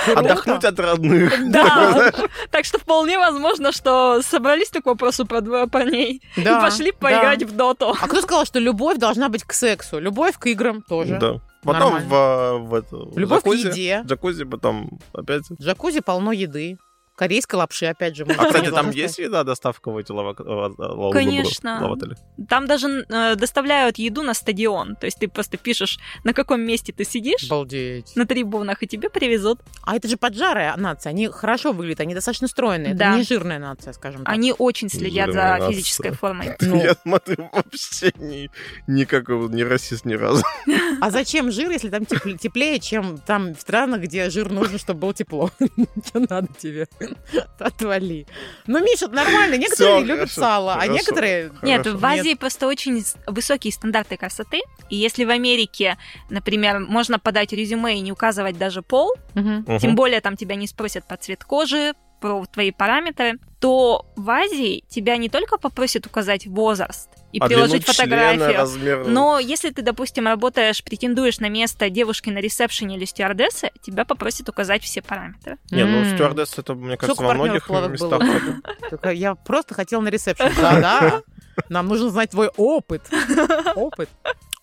кого- Отдохнуть от родных. [laughs] Да, [laughs] так что вполне возможно, что собрались так к вопросу про двое парней и пошли поиграть в доту. А кто сказал, что любовь должна быть к сексу? Любовь к играм тоже. Да. Потом Нормально. в, а, в эту- в Любовь к джакузи. еде. Джакузи потом опять. В джакузи полно еды. Корейской лапши, опять же. А, кстати, там есть еда, доставка в эти лава- лава- лава- Конечно. лавотели? Там даже э, доставляют еду на стадион. То есть ты просто пишешь, на каком месте ты сидишь, Обалдеть. на трибунах, и тебе привезут. А это же поджарая нация. Они хорошо выглядят, они достаточно стройные. Да. Это не жирная нация, скажем так. Они очень следят за Жирная физической нация. формой. Ну, [laughs] Я смотрю, вообще ни, никакого, не расист ни разу. а зачем жир, если там тепл- теплее, чем там в странах, где жир нужен, чтобы было тепло? [laughs] Что надо тебе? Отвали. Ну, Миша, это нормально. Некоторые Всё, любят хорошо, сало, а хорошо. некоторые... Нет, Хорошо. в Азии просто очень с- высокие стандарты красоты. И если в Америке, например, можно подать резюме и не указывать даже пол, Мгм. Мгм. тем более там тебя не спросят про цвет кожи, про твои параметры, то в Азии тебя не только попросят указать возраст и А длину приложить члена, фотографию, размер- но если ты, допустим, работаешь, претендуешь на место девушки на ресепшене или стюардессы, тебя попросят указать все параметры. Не, ну М. стюардесс это, мне Сколько кажется, во многих партнеров плавок местах. [laughs] Только Я просто хотела на ресепшн. Да-да. Нам нужно знать твой опыт. Опыт.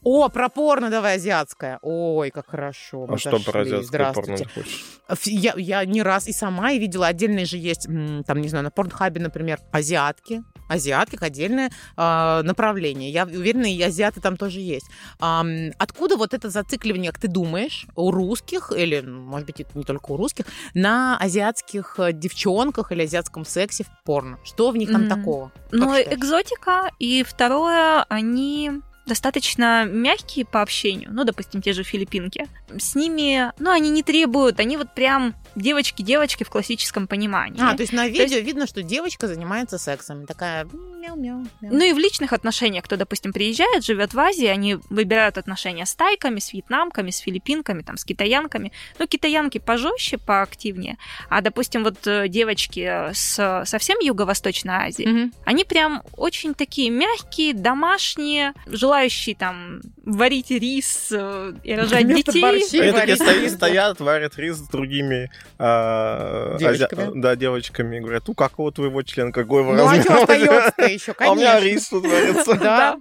О, про порно давай азиатское. Ой, как хорошо. мы А что зашли. про азиатское порно Здравствуйте. ты хочешь? Ф- Я, я не раз и сама и видела. Отдельные же есть, м, там, не знаю, на Порнхабе, например, азиатки. Азиатки как отдельное а, направление. Я уверена, и азиаты там тоже есть. Ам, откуда вот это зацикливание, как ты думаешь, у русских, или, ну, может быть, это не только у русских, на азиатских э, девчонках или азиатском сексе в порно? Что в них там М. такого? Как Но считаешь? экзотика, и второе, они достаточно мягкие по общению, ну, допустим, те же филиппинки. С ними, ну, они не требуют, они вот прям девочки-девочки в классическом понимании. А, то есть на видео есть- видно, что девочка занимается сексом. Такая мяу-мяу. Ну и в личных отношениях, кто, допустим, приезжает, живет в Азии, они выбирают отношения с тайками, с вьетнамками, с филиппинками, там, с китаянками. Ну, китаянки пожестче, поактивнее. А, допустим, вот э, девочки с совсем Юго-Восточной Азии, они прям очень такие мягкие, домашние, желающие там варить рис э, и рожать Вместо детей. борщей Они такие варить [laughs] стои- рис, да. стоят, варят рис с другими а, Девочками. азиа- Да, девочками. И Говорят, у какого твоего члена, какой вы Ну а [laughs] что размер? остается-то [laughs] А еще, у конечно. меня рис тут варится. Да.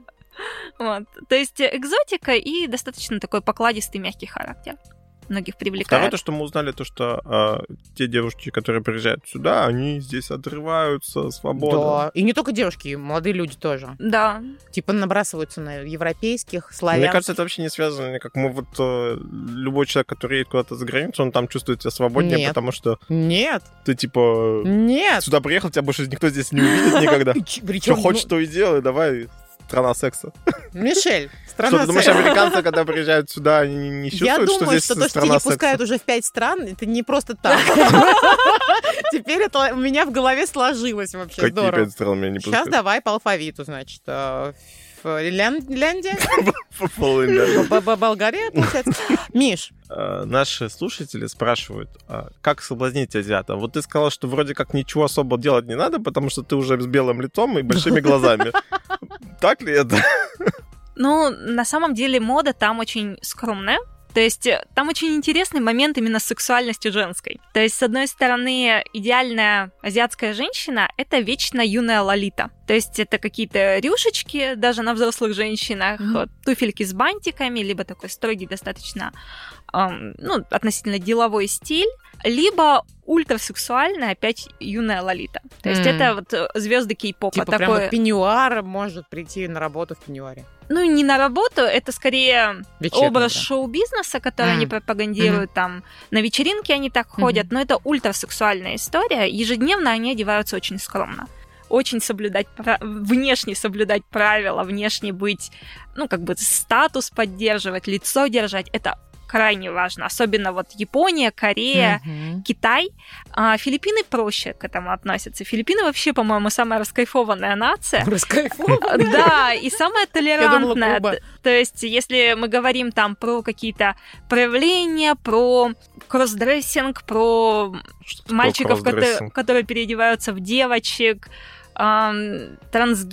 Вот. То есть э, экзотика и достаточно такой покладистый, мягкий характер. Многих Второе, привлекает. то, что мы узнали, то, что а, те девушки, которые приезжают сюда, они здесь отрываются свободно. Да, и не только девушки, и молодые люди тоже. Да, Типа набрасываются на европейских, славян. Мне кажется, это вообще не связано никак. Мы вот э, любой человек, который едет куда-то за границу, он там чувствует себя свободнее, Нет. потому что Нет, ты типа нет. ну, сюда приехал, тебя больше никто здесь не увидит [laughs] никогда. Что Причем, хочешь, то и делай, давай. Страна секса. Мишель, что страна ты думаешь, секса. американцы, когда приезжают сюда, они не, не Я чувствуют, что думаю, здесь что, то, что страна тебя не секса? пускают уже в пять стран, это не [laughs] просто так. Теперь это у меня в голове сложилось вообще. Какие Здорово. пять стран меня не [laughs] Сейчас пускают? давай по алфавиту, значит. э, Ф- Лян- Ляндия, Фу-фу-фу, Б- Б- Болгария, получается. Миш, да. Э, Наши слушатели спрашивают, а как соблазнить азиата? Вот ты сказала, что вроде как ничего особо делать не надо, потому что ты уже с белым лицом и большими [laughs] глазами. Так ли это? Ну, на самом деле мода там очень скромная. То есть э, там очень интересный момент именно сексуальности женской. То есть, с одной стороны, идеальная азиатская женщина — это вечно юная лолита. То есть это какие-то рюшечки даже на взрослых женщинах, Мгм. вот, туфельки с бантиками, либо такой строгий достаточно, эм, ну, относительно деловой стиль, либо ультрасексуальная опять юная лолита. То есть М. это вот э, звезды кей-попа. типа такое... прямо пеньюар может прийти на работу в пеньюаре. Ну, не на работу, это скорее Вечерний, образ да. шоу-бизнеса, который Мгм. они пропагандируют, там на вечеринке они так Мгм. ходят, но это ультрасексуальная история. Ежедневно они одеваются очень скромно. Очень соблюдать, пра- внешне соблюдать правила, внешне быть, ну, как бы статус поддерживать, лицо держать. Это крайне важно. Особенно вот Япония, Корея, Мгм. Китай. А Филиппины проще к этому относятся. Филиппины вообще, по-моему, самая раскайфованная нация. Раскайфован. Да, и самая толерантная. Куба. Т- То есть, если мы говорим там про какие-то проявления, про кроссдрессинг, про Что такое мальчиков, кото- которые, кроссдрессинг? переодеваются в девочек, ам,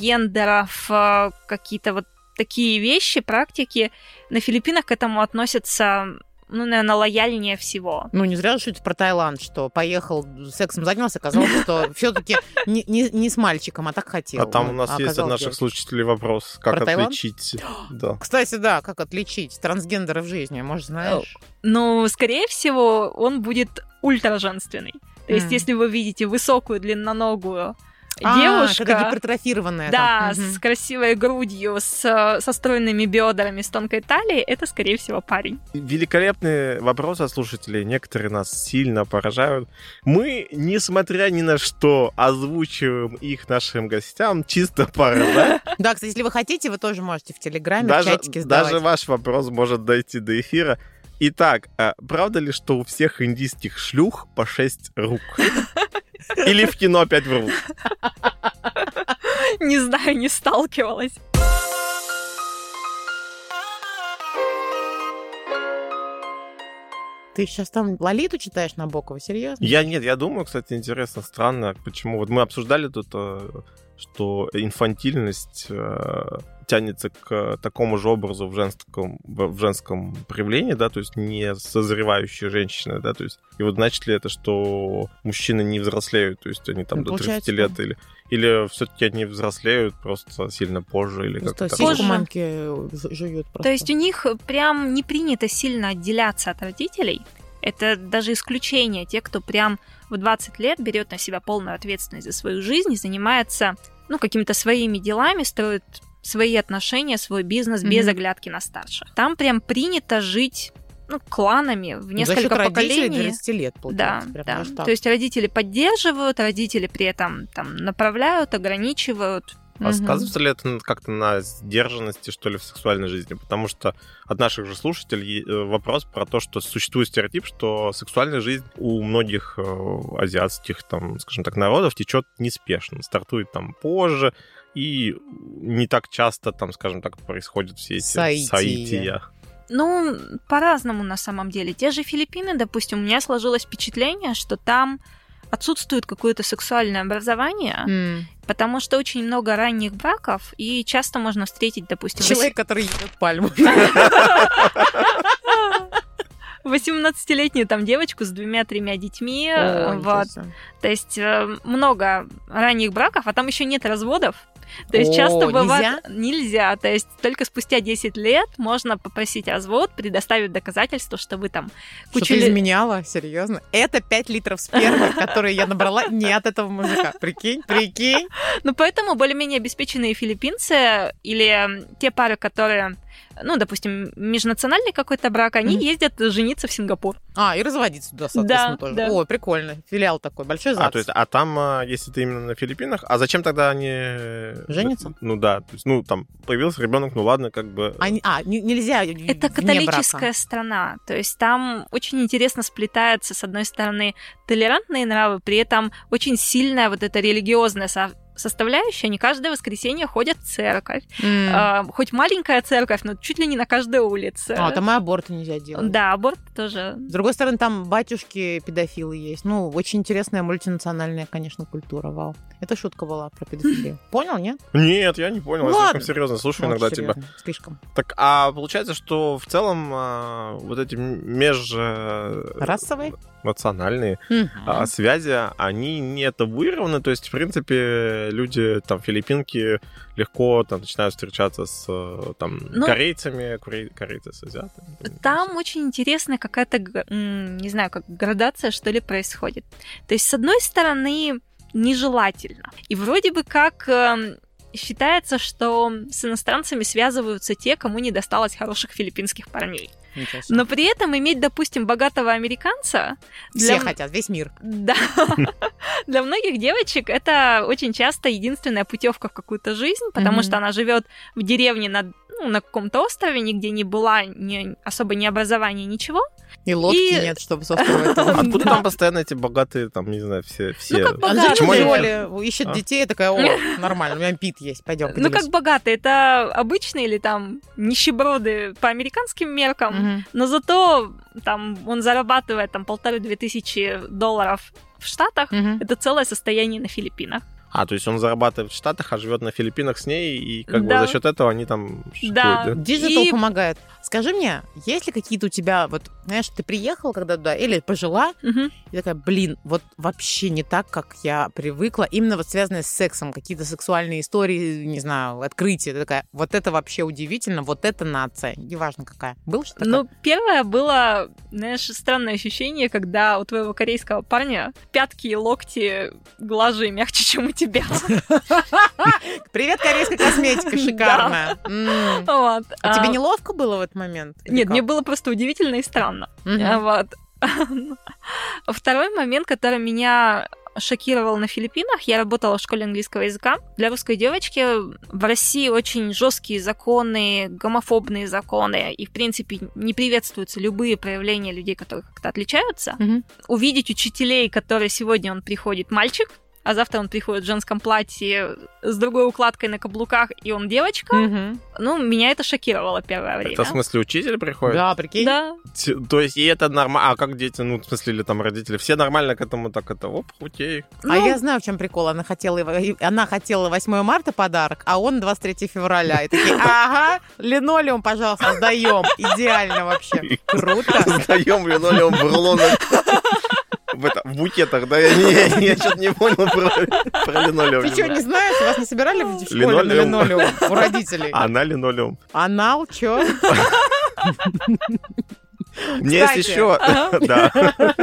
трансгендеров, а, какие-то вот такие вещи, практики, на Филиппинах к этому относятся, ну, наверное, лояльнее всего. Ну, не зря шутят про Таиланд, что поехал, сексом занялся, оказалось, что все-таки не, не- не с мальчиком, а так хотел. А там у Вот, нас есть от оказалось наших девушкой. слушателей вопрос, как Про Таиланд? [gasps] отличить. Да. Кстати, да, как отличить трансгендера в жизни, может, знаешь? Но, скорее всего, он будет ультраженственный. То есть, Мгм. если вы видите высокую длинноногую А, какая девушку, гипертрофированная. Э, да, там. Мгм. с красивой грудью, с, со стройными бедрами, с тонкой талией, это, скорее всего, парень. [laughs] Великолепные вопросы от слушателей. Некоторые нас сильно поражают. Мы, несмотря ни на что, озвучиваем их нашим гостям чисто поражать. Да, кстати, если вы хотите, вы тоже можете в Телеграме, в Даже, чатике сдавать. даже ваш вопрос может дойти до эфира. Итак, а правда ли, что у всех индийских шлюх по 6 рук? Или в кино опять врут? Не знаю, не сталкивалась. Ты сейчас там Лолиту читаешь Набокова, серьезно? Я нет, я думаю, кстати, интересно, странно, почему. Вот мы обсуждали тут, э, что инфантильность э, тянется к э, такому же образу в женском, в в женском проявлении, да, то есть не созревающие женщины, да, то есть. И вот значит ли это, что мужчины не взрослеют, то есть они там Ну, до 30 получается, лет или, или все-таки они взрослеют просто сильно позже или Просто как-то. сиську Позже. мамки э, ж- жуют просто. То есть у них прям не принято сильно отделяться от родителей. Это даже исключение те, кто прям в 20 лет берет на себя полную ответственность за свою жизнь и занимается ну, какими-то своими делами, строит свои отношения, свой бизнес без Мгм. оглядки на старших. Там прям принято жить ну, кланами в За счет несколько родителей поколений. до 30 лет, Да, получается. прям да. даже так. То есть родители поддерживают, родители при этом там направляют, ограничивают, А Мгм. сказывается ли это на- как-то на сдержанности, что ли, в сексуальной жизни? Потому что от наших же слушателей э, вопрос про то, что существует стереотип, что сексуальная жизнь у многих э, азиатских, там, скажем так, народов течет неспешно, стартует там позже, и не так часто там, скажем так, происходят все эти Соития. соития. Ну, по-разному на самом деле. Те же Филиппины, допустим, у меня сложилось впечатление, что там отсутствует какое-то сексуальное образование, М. потому что очень много ранних браков, и часто можно встретить, допустим, Человек, который едет пальму. [laughs] 18-летнюю там девочку с двумя-тремя детьми. э, О, вот. интересно. То есть э, много ранних браков, а там еще нет разводов. То есть О, часто бывает нельзя. То есть только спустя 10 лет можно попросить развод, предоставив доказательство, что вы там Что ты кучу лет- изменяла? Серьезно? Это 5 литров спермы, [laughs] которые я набрала не от этого мужика. Прикинь, прикинь. Ну, поэтому более-менее обеспеченные филиппинцы или те пары, которые, ну, допустим, межнациональный какой-то брак, они Мгм. ездят жениться в Сингапур. А, и разводиться туда, соответственно, Да, тоже. да. О, прикольно. Филиал такой, большой А, ЗАГС. то есть, а там, а, если ты именно на Филиппинах, а зачем тогда они... Женятся? Ну да, то есть, ну там появился ребенок, ну ладно, как бы... А, не- а, не- нельзя в- Это вне католическая брака. страна, то есть там очень интересно сплетаются, с одной стороны, толерантные нравы, при этом очень сильная вот эта религиозная со- составляющая. Они каждое воскресенье ходят в церковь. М. А, А, хоть маленькая церковь, но чуть ли не на каждой улице. там и аборты нельзя делать. Да, аборт тоже. С другой стороны, там батюшки-педофилы есть. Ну, очень интересная мультинациональная, конечно, культура, вау. Это шутка была про [laughs] педофилию. Понял, нет? Нет, я не понял, я Ладно. слишком серьезно слушаю Ну, иногда типа. очень тебя. серьезно, Слишком. Так, а получается, что в целом а, вот эти м- меж... э, Расовые? Хм, Национальные Мгм. а, связи, они не табуированы, то есть, в принципе, люди, там, филиппинки легко там начинают встречаться с, э, там, Ну- корейцами, куре- корейцы с азиатами. Там очень интересная какая-то, г- м, не знаю, как градация, что ли, происходит. То есть, с одной стороны, нежелательно. И вроде бы как эм, считается, что с иностранцами связываются те, кому не досталось хороших филиппинских парней. Ничего себе. Но при этом иметь, допустим, богатого американца... Все м- хотят, весь мир. Да. [laughs] Для многих девочек это очень часто единственная путевка в какую-то жизнь, потому Мгм. что она живет в деревне на ну, ну, на каком-то острове, нигде не была, не, особо ни образования, ничего. И лодки И- нет, чтобы с острова [laughs] этого. А Откуда Да. Ну, там постоянно эти богатые, там, не знаю, все... все... как А богатые. Почему они- Анджелина Джоли ищет А? детей, и такая, [laughs] о, нормально, у меня бит есть, пойдем. Ну, как богатые, это обычные или там нищеброды по американским меркам, но зато там он зарабатывает там полторы-две тысячи долларов в Штатах, это целое состояние на Филиппинах. А, то есть он зарабатывает в Штатах, а живет на Филиппинах с ней, и как бы Да. за счет этого они там... шикуют, Да. да? Диджитал И- помогает. Скажи мне, есть ли какие-то у тебя, вот, знаешь, ты приехала когда туда, или пожила, Мгм. и такая, блин, вот вообще не так, как я привыкла, именно вот связанное с сексом, какие-то сексуальные истории, не знаю, открытия, ты такая, вот это вообще удивительно, вот это нация, неважно какая. Был что-то такое? Ну, первое было, знаешь, странное ощущение, когда у твоего корейского парня пятки и локти глаже и мягче, чем у [laughs] тебя. Привет, корейская [laughs] косметика шикарная. М. Вот. А тебе А, неловко было в этот момент? Или Нет, как? мне было просто удивительно и странно. Мгм. А, Вот. [laughs] Второй момент, который меня шокировал на Филиппинах. Я работала в школе английского языка. Для русской девочки в России очень жесткие законы, гомофобные законы, и, в принципе, не приветствуются любые проявления людей, которые как-то отличаются. Мгм. Увидеть учителей, которые сегодня он приходит мальчик, а завтра он приходит в женском платье с другой укладкой на каблуках, и он девочка. Мгм. Ну, меня это шокировало первое время. Это в смысле учитель приходит? Да, прикинь. Да, Т- То есть, и это нормально. А как дети, ну, в смысле, или там родители, все нормально к этому так это, оп, окей. [laughs] А Ну. я знаю, в чем прикол. Она хотела, его- и- она хотела 8 марта подарок, а он 23 февраля. И такие, ага, линолеум, пожалуйста, сдаем. Идеально вообще. Круто. Сдаем линолеум в рулонах. В, это, в букетах, да? Я, не- я, что-то не понял про, про линолеум. Ты что, не знаешь? Вас не собирали в школе на Линолеум. А. линолеум у родителей? Она линолеум. Анал, [laughs] чё? У меня есть [laughs] Кстати. еще... Ага. Да. Что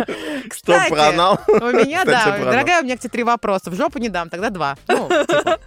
Кстати, про анал? У меня, Кстати, да. про анал. Дорогая, у меня к тебе три вопроса. В жопу не дам, тогда два. Ну, типа.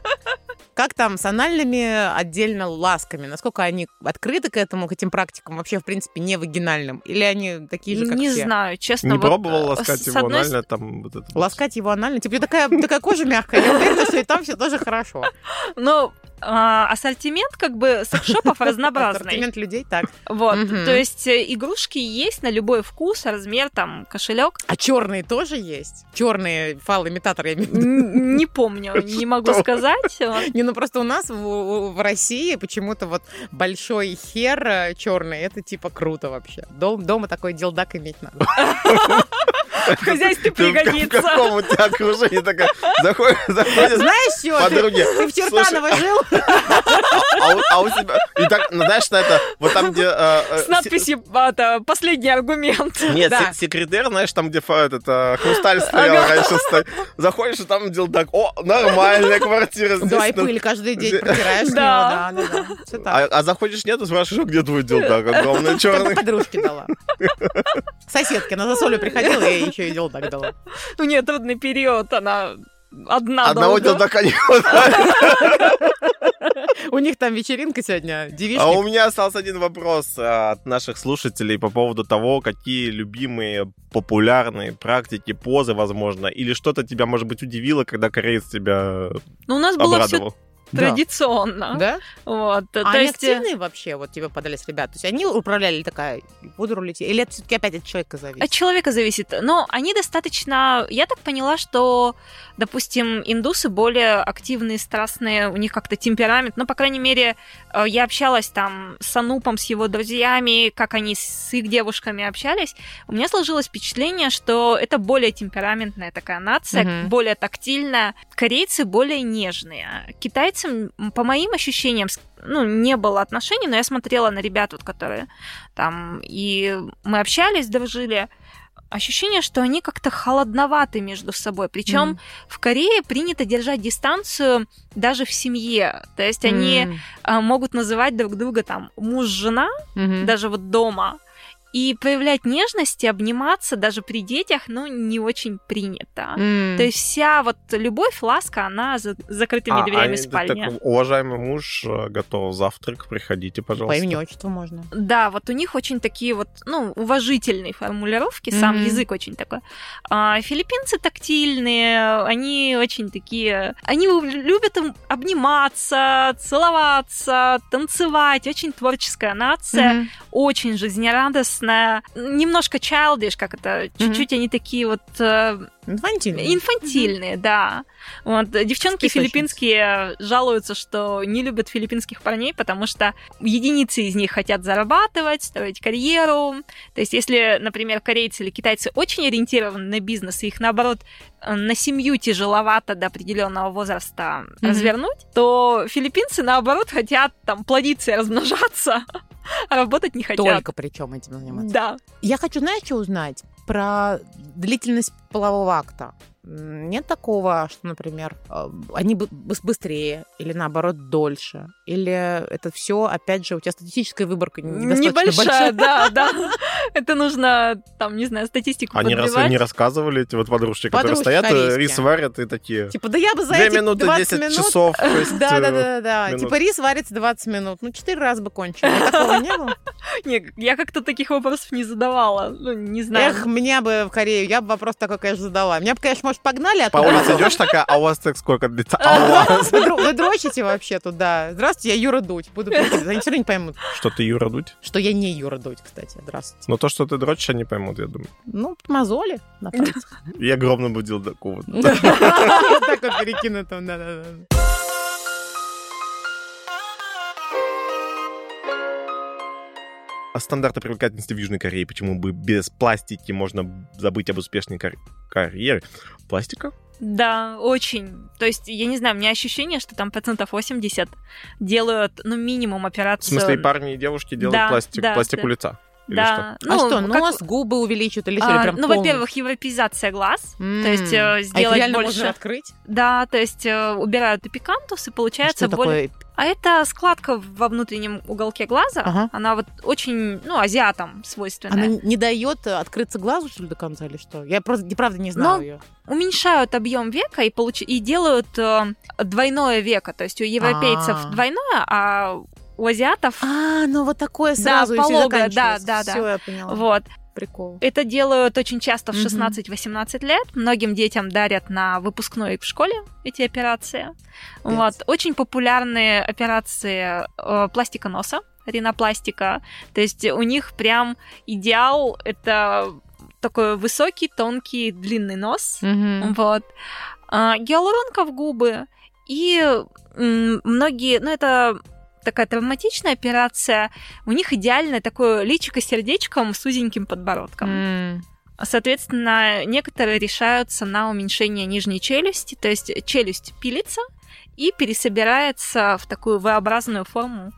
Как там с анальными отдельно ласками? Насколько они открыты к этому, к этим практикам, вообще, в принципе, не вагинальным? Или они такие же, как не все? знаю, честно. Не вот, пробовал э, ласкать с его одной анально, там вот это. Ласкать его анально? Типа, такая, такая кожа мягкая, я уверена, что и там все тоже хорошо. с- Ну, а, ассортимент как бы [laughs] секшопов разнообразный. Ассортимент людей так. Вот, Мгм. то есть э, игрушки есть на любой вкус, размер, там, [laughs] кошелек. А черные тоже есть? Черные фал-имитаторы, я имею в виду. Н- Не помню, не могу Что? сказать. [laughs] Вот. Не, ну просто у нас в, в России почему-то вот большой хер черный, это типа круто вообще. Дом, дома такой делдак иметь надо. [laughs] В хозяйстве Ты в ка- В пригодится. каком у тебя окружении такая заходишь, заходишь Знаешь, что ты, подруги. ты в [laughs] Чертаново жил? А у, а у тебя... И так, ну, знаешь, на это... Вот там, где... э, э, С се- надписью а, это, «Последний аргумент». [laughs] Нет, Да. се- секретарь, знаешь, там, где фа- этот э, хрусталь стоял Ага. раньше. сто- Заходишь, и там так, О, нормальная квартира здесь. Да, и ну». пыль каждый день Где- протираешь с него, Да. да, да, да. Все так. А, а заходишь, нет, и спрашиваешь, «А где твой делдак огромный, Как бы черный. подружке дала. Соседке, она за солью приходила, я ей еще и делдак дала. У нее Ну, трудный период, она одна Одного долго. делдака не хватает. У них там вечеринка сегодня, А у девичник. меня остался один вопрос э, от наших слушателей по поводу того, какие любимые популярные практики, позы, возможно, или что-то тебя, может быть, удивило, когда кореец тебя э, Ну, у нас было все обрадовал. традиционно. Да? Вот, А то они есть... э, активные вообще, вот тебе подались ребят? То есть они управляли такая, буду рулить? Или это все-таки опять от человека От зависит? человека зависит. Но они достаточно... Я так поняла, что, допустим, индусы более активные, страстные, у них как-то темперамент. Ну, по крайней мере, э, я общалась там с Анупом, с его друзьями, как они с их девушками общались. У меня сложилось впечатление, что это более темпераментная такая нация, Мгм. более тактильная. Корейцы более нежные. Китайцы, м, по моим ощущениям, с- ну, не было отношений, но я смотрела на ребят, вот, которые там, и мы общались, дружили. Ощущение, что они как-то холодноваты между собой. Причем Мгм. в Корее принято держать дистанцию даже в семье. То есть они а, могут называть друг друга там муж-жена, Мгм. даже вот дома. И проявлять нежность и обниматься даже при детях, ну, не очень принято. М. То есть вся вот любовь, ласка, она за закрытыми А, дверями они спальни. так, уважаемый муж, э, готов завтрак, приходите, По пожалуйста. имени отчеству можно. Да, вот у них очень такие вот, ну, уважительные формулировки, сам Мгм. язык очень такой. А филиппинцы тактильные, они очень такие, они у- любят им обниматься, целоваться, танцевать, очень творческая нация, Мгм. очень жизнерадостная, немножко childish, как это, чуть-чуть они такие вот э, Ну, Инфантильный. Инфантильные, да. Вот, э, девчонки Списочницы. филиппинские жалуются, что не любят филиппинских парней, потому что единицы из них хотят зарабатывать, строить карьеру. То есть, если, например, корейцы или китайцы очень ориентированы на бизнес, и их наоборот э, на семью тяжеловато до определенного возраста Мгм. развернуть, то филиппинцы наоборот хотят там плодиться и размножаться, [laughs] а работать не хотят. Только причем этим заниматься. Да. Я хочу, знаешь, что узнать? Про длительность полового акта. М, Нет такого, что, например, э, они бы- быс- быстрее или наоборот дольше. Или это все, опять же, у тебя статистическая выборка недостаточно большая. Небольшая, да, да. [laughs] Это нужно, там, не знаю, статистику Они раз, подбивать. не рассказывали эти вот подружки, которые Подружки стоят, э, корейские. рис варят и такие. Типа, да я бы за Две эти минуты 20 10 минут... часов. то есть, [laughs] Да, да, э, да, да. минут. Типа рис варится 20 минут. Ну, 4 раза бы кончил. Такого не [laughs] было. Не, я как-то таких вопросов не задавала. Ну, не знаю. Эх, меня бы в Корею, я бы вопрос такой, конечно, задала. Меня бы, конечно, может, погнали По оттуда. улице идешь такая, а у вас так сколько длится? А у [laughs] вас?» Ага. Вы дро- вы дрочите вообще туда. Здравствуйте, я Юра Дудь. Буду приходить. Они все равно не поймут, Что ты, Юра, дуть? что я не Юра Дудь, кстати. Здравствуйте. Но то, что ты дрочишь, они поймут, я думаю. Ну, мозоли на [laughs] пальцах. Я огромно будил такого. Вот Так вот перекинутым, да-да-да. А стандарты привлекательности в Южной Корее, почему бы без пластики можно забыть об успешной кар- карьере? Пластика? Да, очень. То есть, я не знаю, у меня ощущение, что там процентов 80 делают, ну, минимум В операцию. смысле, и парни, и девушки делают Да, пластик, да, пластику да. лица? Или что? Да. ну, А что, как- нос, губы увеличат или что? а, или прям ну, полный? во-первых, европеизация глаз. М. то есть, э, А их сделать реально больше. можно открыть? Да, то есть э, убирают эпикантус, и получается Что более... такое? А это складка во внутреннем уголке глаза. Ага. Она вот очень, ну, азиатам свойственная. Она не дает э, открыться глазу, что ли, до конца или что? Я просто, правда, не знаю Ну, ее. уменьшают объем века и, получ... и делают э, двойное веко. То есть у европейцев А. двойное, а у азиатов... А, ну вот такое Да, сразу. пологое, да, да, да. Все, я поняла. Вот. Прикол. Это делают очень часто в Мгм. 16-18 лет. Многим детям дарят на выпускной в школе эти операции. Вот. Пипец. Очень популярные операции э, пластика носа, ринопластика. То есть у них прям идеал — это такой высокий, тонкий, длинный нос. Вот. А, Гиалуронка в губы. И м, многие, ну это такая травматичная операция, у них идеальное такое личико с сердечком с узеньким подбородком. М. Соответственно, некоторые решаются на уменьшение нижней челюсти, то есть челюсть пилится и пересобирается в такую V-образную форму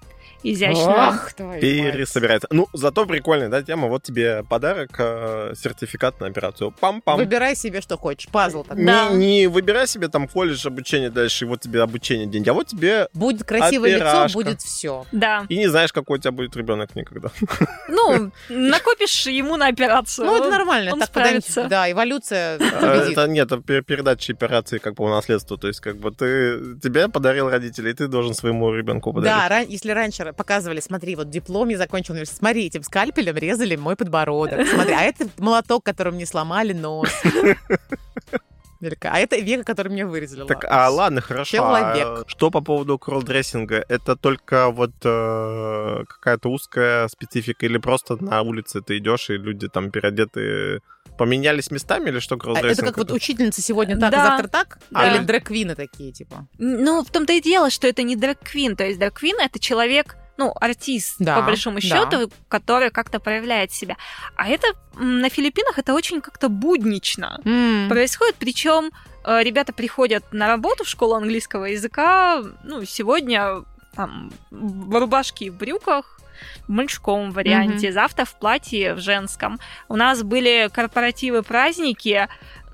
изящную. Ах, твою мать. Пересобирается. Ну, зато прикольная, да, тема. Вот тебе подарок, э, сертификат на операцию. Пам-пам. Выбирай себе, что хочешь. Пазл такой. Не- Да. Не, выбирай себе там колледж обучение дальше, и вот тебе обучение деньги, а вот тебе Будет красивое лицо, Опирашка. будет все. Да. и не знаешь, какой у тебя будет ребенок [laughs] никогда. Ну, накопишь ему на операцию. Ну, это нормально. он так когда-нибудь- справится. Да, эволюция А, победит. Это нет, это пер- передача операции как бы по наследству. То есть, как бы ты тебе подарил родителей, ты должен своему ребенку подарить. Да, ран- если раньше ра- показывали, смотри, вот диплом я закончил университет, смотри, этим скальпелем резали мой подбородок, смотри, а это молоток, которым мне сломали нос. Велика- А это века, который мне вырезали. Так, а ладно, хорошо. а, Человек. что по поводу кролл-дрессинга? Это только вот э, какая-то узкая специфика или просто на улице ты идешь и люди там переодеты поменялись местами или что А кролл-дрессинг? Это как вот учительница сегодня так, Да. завтра так? Да. Или дрэквины такие, типа? Ну, в том-то и дело, что это не драг-квин. То есть драг-квин — это человек, ну, артист, Да, по да. большому счету, который как-то проявляет себя. А это м, на Филиппинах это очень как-то буднично происходит. Причем ребята приходят на работу в школу английского языка, ну, сегодня там в рубашке и в брюках, в мальчиковом варианте, завтра в платье в женском. У нас были корпоративы, праздники,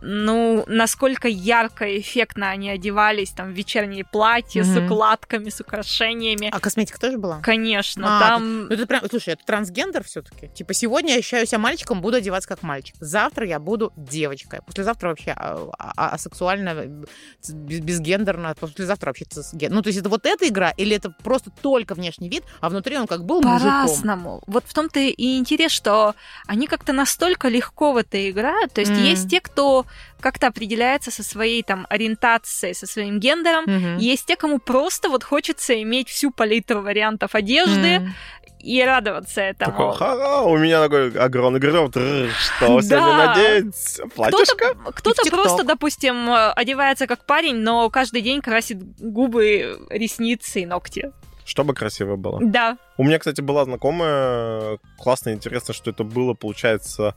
ну, насколько ярко и эффектно они одевались, там, в вечерние платья с Мгм. укладками, с украшениями. А косметика тоже была? Конечно, А, там... Ну, это прям, слушай, это трансгендер все-таки. Типа, сегодня я ощущаю себя мальчиком, буду одеваться как мальчик. Завтра я буду девочкой. Послезавтра вообще а- а- асексуально, ц- без- безгендерно. Послезавтра вообще цисген. Ну, то есть это вот эта игра или это просто только внешний вид, а внутри он как был мужиком? По-разному. Вот в том-то и интерес, что они как-то настолько легко в это играют. То есть М. есть те, кто как-то определяется со своей там ориентацией, со своим гендером. Мгм. Есть те, кому просто вот хочется иметь всю палитру вариантов одежды М. и радоваться этому. Такой, ха-ха, у меня такой огромный гроб, тррр, что сегодня Да. надеть? Платьишко? Кто-то, кто-то И в просто, ТикТок. допустим, э, одевается как парень, но каждый день красит губы, ресницы и ногти. Чтобы красиво было. Да. У меня, кстати, была знакомая, классно, интересно, что это было, получается,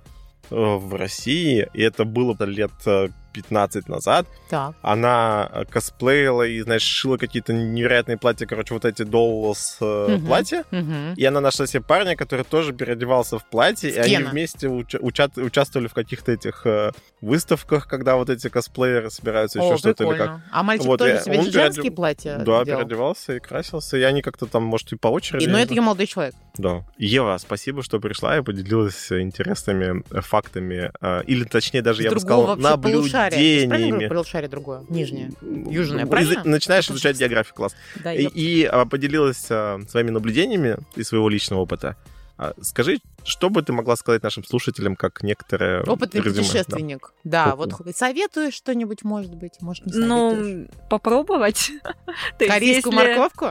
э, в России, и это было лет э, 15 назад. Так. Она э, косплеила и, знаешь, шила какие-то невероятные платья, короче, вот эти доллос э, Мгм. платья. Мгм. И она нашла себе парня, который тоже переодевался в платье, В и они Кена. вместе уча- учат- участвовали в каких-то этих э, выставках, когда вот эти косплееры собираются О, еще что-то или как. прикольно. А мальчик Вот, тоже э, себе он женские переодев- платья Да, делал? переодевался и красился, и они как-то там, может, и по очереди. И, ну, не это знаю. ее молодой человек. Да. Ева, спасибо, что пришла и поделилась э, интересными э, фактами, э, или точнее даже, С я бы другого сказал, вообще полушария. Я же правильно говорю, наблюдениями. полушарие другое? Нижнее. Южное, Южная, правильно? Начинаешь Это изучать просто- географию, класс. Да, И, я- и, а, поделилась а, своими наблюдениями и своего личного опыта. А, Скажи, что бы ты могла сказать нашим слушателям, как некоторые... Опытный резюме? путешественник. Да, Опытный. вот советуешь что-нибудь, может быть, может, не советуешь. Ну, попробовать. [laughs] То есть, Корейскую [laughs] если- морковку?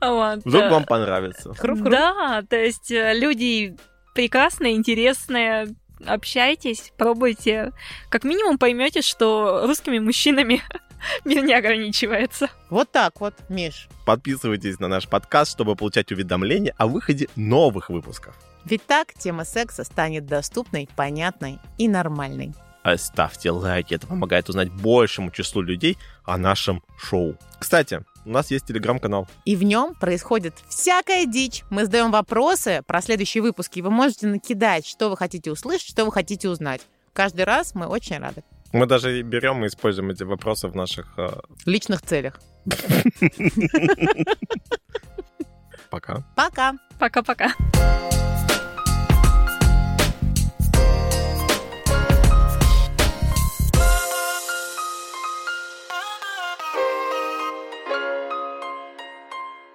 Вот, Да. Вдруг э, вам понравится. Хруп-хруп. Да, то есть э, люди прекрасные, интересные, общайтесь, пробуйте. Как минимум поймете, что русскими мужчинами [laughs] мир не ограничивается. Вот так вот, Миш. Подписывайтесь на наш подкаст, чтобы получать уведомления о выходе новых выпусков. Ведь так тема секса станет доступной, понятной и нормальной. А Ставьте лайки, это помогает узнать большему числу людей о нашем шоу. Кстати, у нас есть телеграм-канал. И в нем происходит всякая дичь. Мы задаем вопросы про следующие выпуски. и Вы можете накидать, что вы хотите услышать, что вы хотите узнать. Каждый раз мы очень рады. Мы даже берем и используем эти вопросы в наших... э, В личных целях. Пока. Пока! Пока-пока.